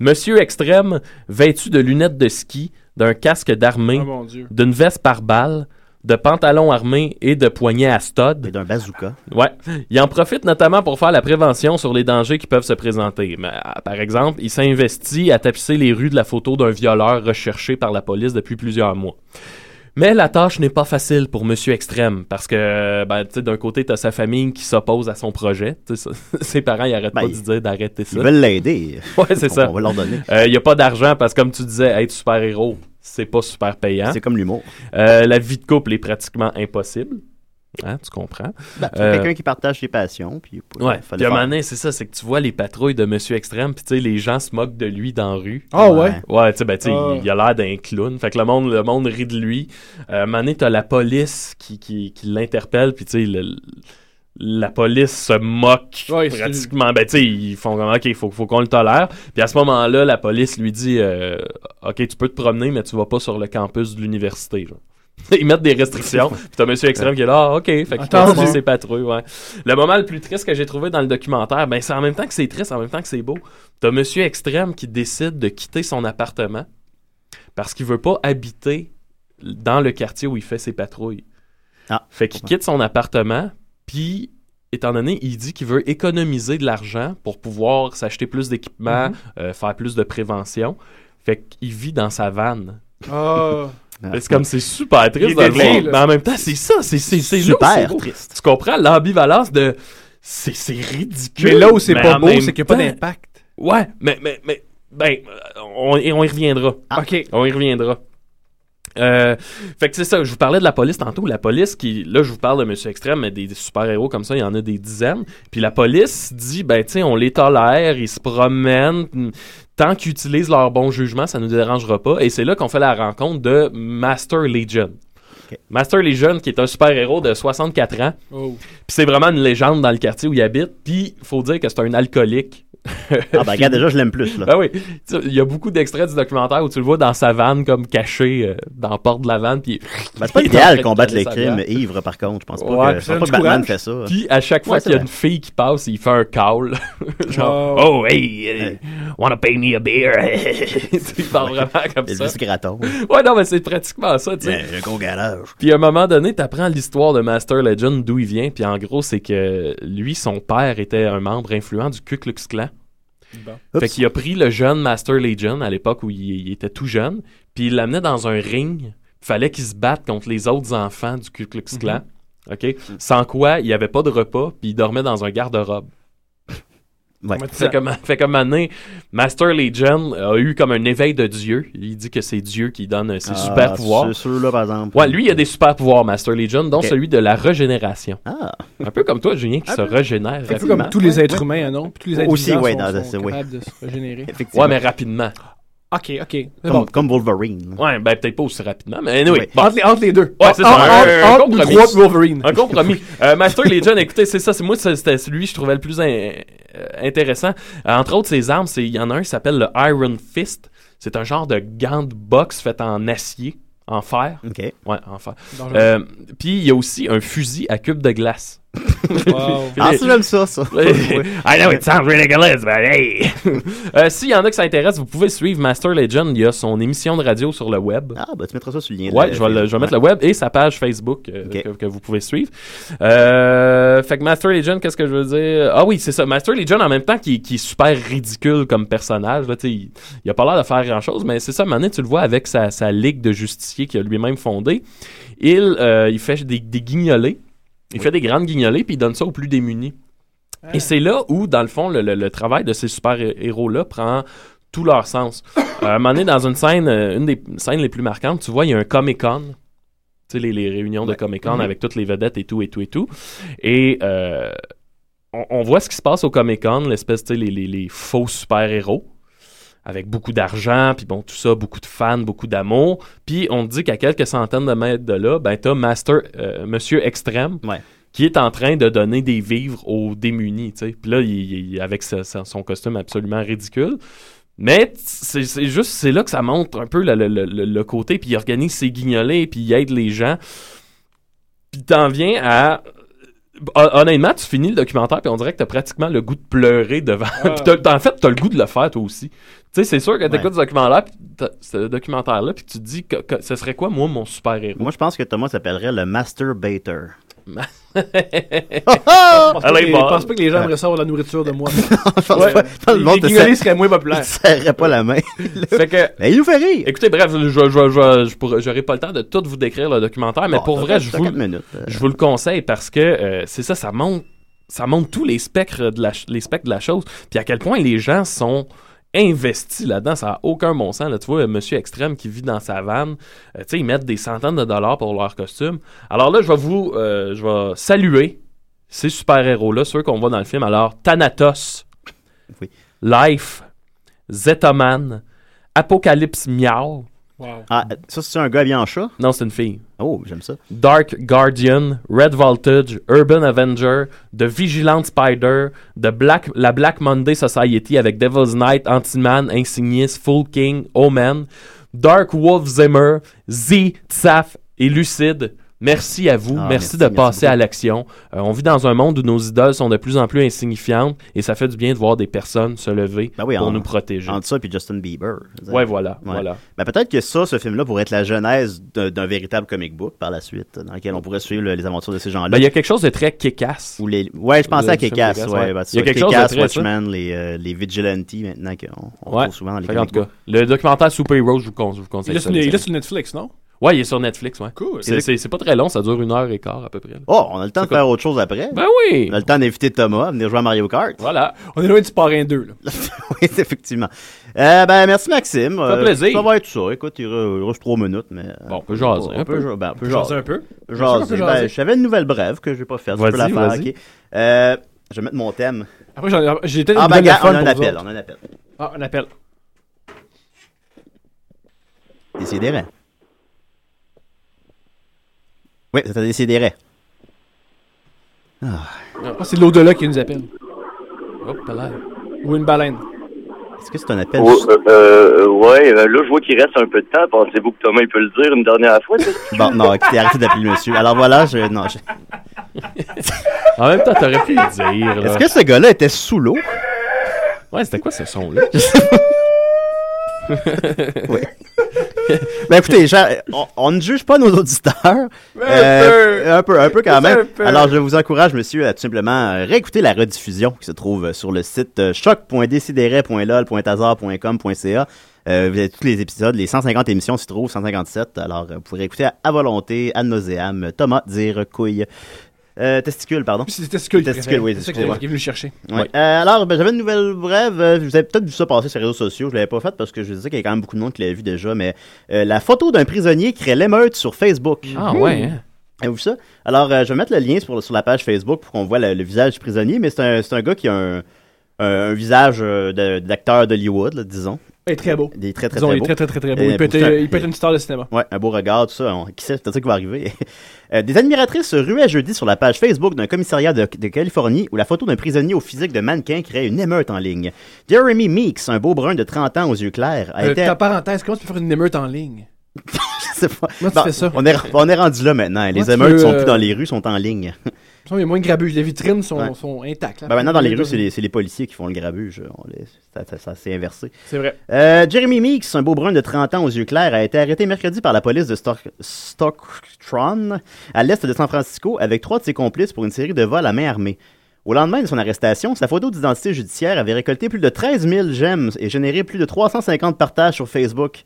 D: Monsieur Extrême, vêtu de lunettes de ski, d'un casque d'armée,
C: Oh mon dieu.
D: d'une veste par balle, de pantalons armés et de poignets à stud,
B: Et d'un bazooka.
D: Ouais. Il en profite notamment pour faire la prévention sur les dangers qui peuvent se présenter. Mais, euh, Par exemple, il s'investit à tapisser les rues de la photo d'un violeur recherché par la police depuis plusieurs mois. Mais la tâche n'est pas facile pour Monsieur Extrême, parce que euh, ben, tu sais, d'un côté, t'as sa famille qui s'oppose à son projet. Tu sais, ça- (laughs) Ses parents, ils arrêtent
B: Ben,
D: pas de dire d'arrêter ça.
B: Ils veulent l'aider.
D: Ouais, c'est
B: On-
D: ça. Euh,
B: On va leur donner.
D: Il n'y a pas d'argent parce que, comme tu disais, être super-héros, c'est pas super payant.
B: C'est comme l'humour.
D: Euh, la vie de couple est pratiquement impossible. Hein, tu comprends?
B: Ben, c'est
D: Euh,
B: Quelqu'un qui partage ses passions. Puis, fallait
D: Ouais, puis à un
B: faire.
D: moment donné, c'est ça, c'est que tu vois les patrouilles de Monsieur Extrême, puis tu sais, les gens se moquent de lui dans la rue.
C: Ah ouais?
D: Ouais, tu sais, ben, tu sais,
C: Ah.
D: il, il a l'air d'un clown. Fait que le monde, le monde rit de lui. Euh, à un moment donné, t'as la police qui, qui, qui l'interpelle, puis tu sais, le- la police se moque
C: Ouais, c'est-
D: pratiquement. Ben, tu sais, ils font comme, OK, faut, faut qu'on le tolère. Puis à ce moment-là, la police lui dit, euh, OK, tu peux te promener, mais tu vas pas sur le campus de l'université. genre. (laughs) Ils mettent des restrictions. Puis t'as Monsieur Extrême qui est là, Ah, OK, fait qu'il
C: Attends,
D: continue
C: moi.
D: ses patrouilles, ouais. Le moment le plus triste que j'ai trouvé dans le documentaire, ben c'est en même temps que c'est triste, en même temps que c'est beau. T'as Monsieur Extrême qui décide de quitter son appartement parce qu'il veut pas habiter dans le quartier où il fait ses patrouilles.
B: Ah.
D: fait qu'il quitte son appartement, puis étant donné, il dit qu'il veut économiser de l'argent pour pouvoir s'acheter plus d'équipements, euh, faire plus de prévention. Fait qu'il vit dans sa vanne.
C: Ah.
B: Ah.
D: C'est comme c'est super
C: Il est
D: triste de le voir.
C: débile.
D: Mais en même temps, c'est ça, c'est c'est c'est lourd, c'est
B: super
D: beau.
B: triste.
D: Tu comprends l'ambivalence de c'est c'est ridicule.
C: Mais là où c'est
D: mais
C: pas
D: en
C: beau,
D: même
C: c'est qu'il n'y a pas
D: temps-
C: d'impact.
D: Ouais, mais, mais, mais, ben, euh, on, et on y reviendra.
C: OK.
D: On y reviendra. Euh, fait que c'est ça, je vous parlais de la police tantôt. La police qui, là, je vous parle de Monsieur Extrême, mais des, des super-héros comme ça, il y en a des dizaines. Puis la police dit, ben, tu sais, on les tolère, ils se promènent. Tant qu'ils utilisent leur bon jugement, ça nous dérangera pas. Et c'est là qu'on fait la rencontre de Master Legion.
B: Ok.
D: Master Legion, qui est un super-héros de 64 ans,
C: Oh.
D: puis c'est vraiment une légende dans le quartier où il habite. Puis faut dire que c'est un alcoolique.
B: Ah, ben, regarde, déjà, je l'aime plus, là.
D: Ah oui, Tu- il y a beaucoup d'extraits du documentaire où tu le vois dans sa vanne comme caché euh, dans la porte de la vanne puis
B: Ben, c'est pas
D: il est en train de
B: idéal qu'on batte
D: caler
B: les
D: sa
B: crimes
D: bière.
B: ivre, par contre. Je pense pas
D: Ouais,
B: que,
C: puis
B: je
C: ça donne
B: pense pas que
C: du
B: Batman
C: courage.
B: fait ça.
D: Puis à chaque fois
B: Ouais,
D: qu'il y a
B: c'est
D: une fille qui passe, il fait un call. (laughs) Genre
C: Ah,
D: oh, hey, euh, wanna pay me a beer. il parle vraiment comme ça.
B: euh, Elvis Graton.
D: Ouais non, mais (laughs) c'est pratiquement ça, tu sais.
B: Ouais, Un gros garage.
D: Puis à un moment donné, t'apprends l'histoire de Master Legend, d'où il vient. Puis en gros, c'est que lui, son père était un membre influent du Ku Klux Klan. Fait
B: Oups.
D: qu'il a pris le jeune Master Legion à l'époque où il, il était tout jeune, puis il l'amenait dans un ring. Fallait qu'il se batte contre les autres enfants du Ku Klux
C: Mhm.
D: Klan. OK? Sans quoi, il n'y avait pas de repas, puis il dormait dans un garde-robe.
B: Ouais.
D: Fait comme, fait comme année, Master Legion a eu comme un éveil de Dieu. Il dit que c'est Dieu qui donne ses
B: Ah,
D: super pouvoirs.
B: ceux- Ceux-là, par exemple.
D: Ouais, lui, il a des super pouvoirs, Master Legion, dont
B: Ok.
D: celui de la régénération.
B: Ah,
D: Un peu comme toi, Julien, qui
C: Un
D: se
C: peu.
D: régénère
C: Un peu
D: rapidement.
C: comme tous les
B: Ouais,
C: êtres
B: ouais.
C: humains, hein, non? Puis tous les êtres
B: Aussi,
C: vivants
B: ouais,
C: sont,
B: dans-
C: sont
B: c'est- ouais.
C: capables de se régénérer.
B: effectivement.
D: Ouais, mais rapidement.
C: OK, OK. C'est
B: comme,
C: bon.
B: comme Wolverine. là.
D: Ouais, ben peut-être pas aussi rapidement, mais anyway.
B: Oui.
D: bon.
C: Entre, les, entre les deux.
D: Ouais, c'est ça,
C: Entre-
D: un- un
C: Entre, entre nous
D: compromis.
C: trois puis Wolverine.
D: Un compromis. Euh, Master (laughs) Legion, écoutez, c'est ça. C'est moi, ça, c'était celui que je trouvais le plus in- euh, intéressant. Euh, entre autres, ses armes, c'est- il y en a un qui s'appelle le Iron Fist. C'est un genre de gant de boxe fait en acier, en fer.
B: OK.
D: Ouais, en fer.
C: Dans le-
D: (laughs) Euh, Puis il y a aussi un fusil à cube de glace. (laughs)
C: Wow.
B: Ah, ça, j'aime ça, ça. Oui.
D: I know it sounds ridiculous, but hey! Euh, S'il y en a qui s'intéressent, vous pouvez suivre Master Legend. Il y a son émission de radio sur le web.
B: Ah, bah, tu mettras ça sur le lien. de
D: Ouais,
B: la-
D: je vais, le- je vais mettre le web et sa page Facebook euh,
B: Ok.
D: que, que vous pouvez suivre. Euh, fait que Master Legion, qu'est-ce que je veux dire? Ah oui, c'est ça. Master Legion, en même temps, qui, qui est super ridicule comme personnage. Là, tu sais, il, il a pas l'air de faire grand-chose, mais c'est ça. Mané, tu le vois avec sa, sa ligue de justiciers qu'il a lui-même fondée. Il, euh, il fait des, des guignolés. Il fait des grandes guignolées, puis il donne ça aux plus démunis. Et c'est là où, dans le fond, le, le- le travail de ces super-héros-là prend tout leur sens. Euh, à un moment donné, dans une scène, euh, une des scènes les plus marquantes, tu vois, il y a un Comic-Con. Tu sais, les, les réunions de Comic-Con avec toutes les vedettes et tout, et tout, et tout. Et euh, on, on voit ce qui se passe au Comic-Con, l'espèce, tu sais, les, les- les faux super-héros. Avec beaucoup d'argent, puis bon, tout ça, beaucoup de fans, beaucoup d'amour. Puis on te dit qu'à quelques centaines de mètres de là, ben t'as Master, euh, Monsieur Extrême,
B: Ouais.
D: qui est en train de donner des vivres aux démunis, tu sais. Puis là, il, il- avec sa- sa- son costume absolument ridicule, mais t- c'est c'est juste, c'est là que ça montre un peu le, le- le- le- le côté, puis il organise ses guignolés, puis il aide les gens. Puis t'en viens à... euh, Hon- Honnêtement, tu finis le documentaire, puis on dirait que t'as pratiquement le goût de pleurer devant. (laughs) puis t'as- t'as- en fait, t'as le goût de le faire, toi aussi. Tu sais, c'est sûr que t'écoutes ce documentaire-là, puis t'as- ce documentaire-là, puis tu te dis, que, que- ce serait quoi, moi, mon super-héros?
B: Moi, je pense que Thomas s'appellerait le Masturbator. (laughs)
D: Allez, bah.
C: Je
D: bon.
C: pense pas que les gens aimeraient savoir la nourriture de
B: (laughs)
C: moi.
B: Je pense
C: Ouais.
B: pas- je pense que le
C: Les
B: monde te
C: guignolés
B: serre-
C: seraient moins
B: te (laughs)
C: populaires.
B: serrerait pas la main.
D: fait que...
B: Mais il nous fait rire.
D: Écoutez, bref, je, je, je, je pourrais- j'aurai pas le temps de tout vous décrire le documentaire, mais
B: Bon,
D: pour
B: ça
D: vrai,
B: fait
D: je
B: ça
D: vous,
B: quatre minutes. Euh,
D: je vous le conseille parce que euh, c'est ça, ça montre, ça montre tous les spectres de la, ch- les spectres de la chose. Puis à quel point les gens sont investis là-dedans, ça n'a aucun bon sens. Là, tu vois, Monsieur Extrême qui vit dans sa vanne, euh, tu sais, ils mettent des centaines de dollars pour leur costume. Alors là, je vais vous, euh, je vais saluer ces super-héros-là, ceux qu'on voit dans le film. Alors, Thanatos,
B: Oui.
D: Life, Zetaman, Apocalypse Miao.
C: Wow.
B: Ah, ça, c'est un gars bien en chat?
D: Non, c'est une fille.
B: Oh, j'aime ça.
D: Dark Guardian, Red Voltage, Urban Avenger, The Vigilant Spider, The Black, la Black Monday Society avec Devil's Knight, Anti-Man, Insignis, Full King, Omen, Dark Wolf Zimmer, Z, Tsaf et Lucide. Merci à vous.
B: Ah,
D: merci,
B: merci,
D: de
B: merci
D: passer
B: beaucoup.
D: à l'action. Euh, on vit dans un monde où nos idoles sont de plus en plus insignifiantes et ça fait du bien de voir des personnes se lever
B: Ben oui,
D: pour
B: en-
D: nous protéger.
B: Entre ça puis Justin Bieber. je veux dire.
D: Ouais, voilà,
B: Ouais.
D: voilà.
B: Ben, peut-être que ça, ce film-là, pourrait être la genèse d'un d'un véritable comic book par la suite, dans lequel on pourrait suivre le- les aventures de ces
D: Ben,
B: gens-là.
D: il y a quelque chose de très kick-ass.
B: Ou les... Ouais, je pensais
D: Le
B: à
D: film
B: Kekas.
D: Kick-Ass, ouais.
B: Ouais, ben,
D: Il y a
B: c'est ça,
D: quelque chose de
B: Kick-Ass,
D: très, ça.
B: Watchmen, les, euh, les Vigilantes maintenant qu'on on
D: Ouais.
B: retrouve souvent dans les
D: Fait qu'en
B: comic
D: tout
B: books.
D: cas, le documentaire Super Heroes, je vous con- je vous
C: Il
D: conseille.
C: est
D: ça,
C: sur- il
D: les
C: est
D: amis.
C: sur Netflix, non?
D: Ouais, il est sur Netflix, ouais.
C: Cool.
D: C'est- C'est c'est pas très long, ça dure une heure et quart à peu près. là.
B: Oh, on a le temps de
D: quoi?
B: faire autre chose après.
D: Ben oui!
B: On a le temps d'inviter Thomas à venir jouer à Mario Kart.
D: Voilà.
C: On est loin du parrain 2, là.
B: (laughs) oui, effectivement. Euh, ben, merci Maxime. Ça
D: fait plaisir.
B: Ça va être ça. Écoute, il re- il reste trois minutes, mais. euh,
D: Bon, on peut jaser un
B: On peut
D: peu.
B: jaser. Ben, on peut
C: Jaser
B: jaser.
C: un peu.
B: Jaser.
C: Bien sûr qu'on peut
B: Ben,
C: jaser.
B: j'avais une nouvelle brève que j'ai pas faite. Je peux la
D: Vas-y,
B: faire,
D: vas-y.
B: ok. Euh, je vais mettre mon thème.
C: Après, j'en- j'ai peut-être
B: Ah,
C: une
B: ben,
C: nouvelle
B: gars,
C: de
B: on
C: fun
B: a un
C: pour vous
B: appel. hein.
C: autres.
B: On a un appel.
C: Ah, un appel.
B: Décidérez. Oui, c'est un décidérez.
C: Ah, c'est l'au-delà qui nous appelle.
D: Hop là.
C: Ou une baleine.
B: Est-ce que c'est un appel?
I: Ouais,
B: juste-
I: euh, euh, ouais, euh, là, je vois qu'il reste un peu de temps. Pensez-vous que Thomas, il peut le dire une dernière fois? ça?
B: Bon, non, ok, arrêtez d'appeler le monsieur. Alors voilà, je. Non, je-
D: En même temps, t'aurais pu le dire. là.
B: Est-ce que ce gars-là était sous l'eau?
D: Ouais, c'était quoi ce son-là?
B: (laughs) Ben écoutez, Jean, on, on ne juge pas nos auditeurs. Euh, un peu, un peu quand même. Alors je vous encourage, monsieur, à tout simplement euh, réécouter la rediffusion qui se trouve euh, sur le site euh, choc.décideret.lol.hasard.com.ca. Euh, vous avez tous les épisodes, les 150 émissions s'y trouvent, 157. Alors euh, vous pourrez écouter à, à volonté, ad nauseam, Thomas dire couille. Euh, testicule, pardon.
C: Puis C'était ce que
B: Testicule, oui,
C: C'est ça qui
B: excusez-moi.
C: qui est venu le chercher.
B: Ouais. Euh, alors, ben, j'avais une nouvelle brève. Euh, Vous avez peut-être vu ça passer sur les réseaux sociaux. Je l'avais pas faite parce que je disais qu'il y a quand même beaucoup de monde qui l'avait vu déjà. Mais euh, la photo d'un prisonnier crée l'émeute sur Facebook.
D: Ah ouais,
C: Hmm.
D: hein?
B: Avez-vous vu ça? Alors, euh, je vais mettre le lien sur, sur la page Facebook pour qu'on voit le, le visage du prisonnier. Mais c'est un, c'est un gars qui a un, un- un visage euh, de- d'acteur d'Hollywood, là, disons.
C: Il est très beau.
B: Il est très, très,
C: Disons,
B: très
C: il est
B: beau.
C: très, très, très, très beau.
B: Et
C: Il peut être
B: pourtant-
C: il peut être une star de cinéma.
B: Ouais, un beau regard, tout ça. On- qui sait, peut-être ça qui va arriver. (laughs) Euh, des admiratrices se ruaient jeudi sur la page Facebook d'un commissariat de, de Californie où la photo d'un prisonnier au physique de mannequin crée une émeute en ligne. Jeremy Meeks, un beau brun de 30 ans aux yeux clairs, a
C: Euh,
B: été... (laughs)
C: Ta parenthèse, comment tu peux faire une émeute en ligne?
B: Je sais pas.
C: Moi, tu
B: Bon,
C: fais ça.
B: On est, on est rendu là maintenant. Les
C: Moi, tu
B: émeutes
C: veux,
B: sont
C: euh, (laughs)
B: plus dans les rues, sont en ligne.
C: Je pense qu'il y a moins de grabuge. Les vitrines sont,
B: Ouais.
C: sont intactes. là.
B: Ben, maintenant, dans les rues, c'est les, c'est les policiers qui font le grabuge. On les- ça- ça- ça s'est inversé.
C: C'est (laughs) vrai.
B: Euh, Jeremy Meeks, un beau brun de 30 ans aux yeux clairs, a été arrêté mercredi par la police de Stock- Stocktron, à l'est de San Francisco, avec trois de ses complices pour une série de vols à main armée. Au lendemain de son arrestation, sa photo d'identité judiciaire avait récolté plus de 13 000 j'aime et généré plus de 350 partages sur Facebook.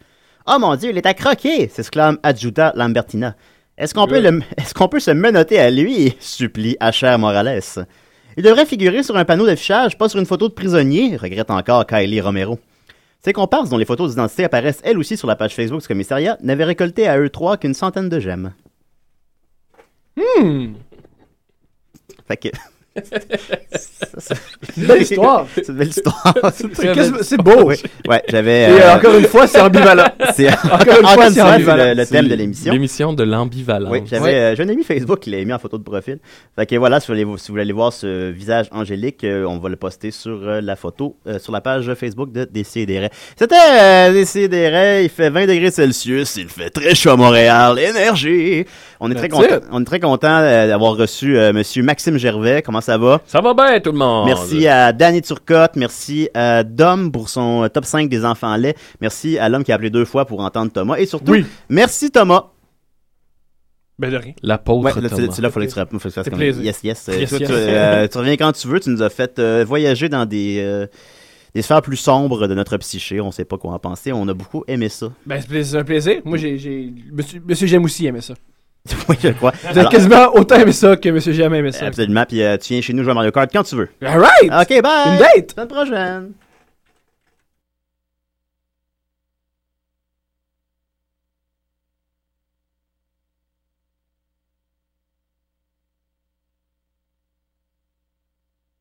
B: Oh mon Dieu, il est à croquer s'exclame Adjuta Lambertina. Est-ce qu'on peut, le- est-ce qu'on peut se menoter à lui (laughs) supplie H.R. Morales. Il devrait figurer sur un panneau d'affichage, pas sur une photo de prisonnier, regrette encore Kylie Romero. Ces comparses, dont les photos d'identité apparaissent elles aussi sur la page Facebook du commissariat, n'avaient récolté à eux trois qu'une centaine de j'aime.
C: Hmm.
B: Fait
C: (laughs)
B: que. Ça, ça-
C: Une belle histoire.
B: (laughs) C'est une belle histoire.
C: C'est qu'est-ce- c'est beau.
B: Oui, ouais, j'avais.
C: Et
B: euh,
C: encore une fois, c'est ambivalent. (laughs)
B: c'est
C: Encore une fois,
B: Encore une
C: c'est
B: fois, c'est
C: ambivalent.
B: le, le thème de l'émission.
D: L'émission de l'ambivalence.
B: Oui, j'avais
C: Ouais.
B: euh, j'ai un ami Facebook qui l'a mis en photo de profil. Fait que voilà, si vous voulez, si vous voulez aller voir ce visage angélique, euh, on va le poster sur euh, la photo, euh, sur la page Facebook de Décideret. C'était euh, Décideret, il fait 20 degrés Celsius, il fait très chaud à Montréal, énergie! On est très
C: That's
B: content, on est très content euh, d'avoir reçu euh, monsieur Maxime Gervais, comment ça va?
D: Ça va bien, tout le monde.
B: Merci à Danny Turcotte, merci à Dom pour son euh, top 5 des enfants laits, merci à l'homme qui a appelé deux fois pour entendre Thomas, et surtout,
C: Oui.
B: merci Thomas!
C: Ben, de rien.
D: La pauvre
B: Ouais, là, c'est- c'est là, il fallait que tu rappelles. faut que tu fasses
C: C'est
B: comme-
C: plaisir.
B: Yes, yes.
C: Yes,
B: Euh, Tu,
C: yes.
B: euh, tu reviens quand tu veux. Tu nous as fait euh, voyager dans des, euh, des sphères plus sombres de notre psyché. On sait pas quoi en penser. On a beaucoup aimé ça. (laughs)
C: Ben, c'est pla- c'est un plaisir. Moi, j'ai. j'ai- Monsieur, Monsieur J'aime aussi aimé ça.
B: oui, je crois.
C: Vous avez
B: Alors, euh,
C: quasiment autant aimé ça que Monsieur J'aime aimé ça.
B: absolument. Puis euh, tu viens chez nous jouer à Mario Kart quand tu veux.
C: All right!
B: OK, bye.
C: Une date!
B: À la prochaine.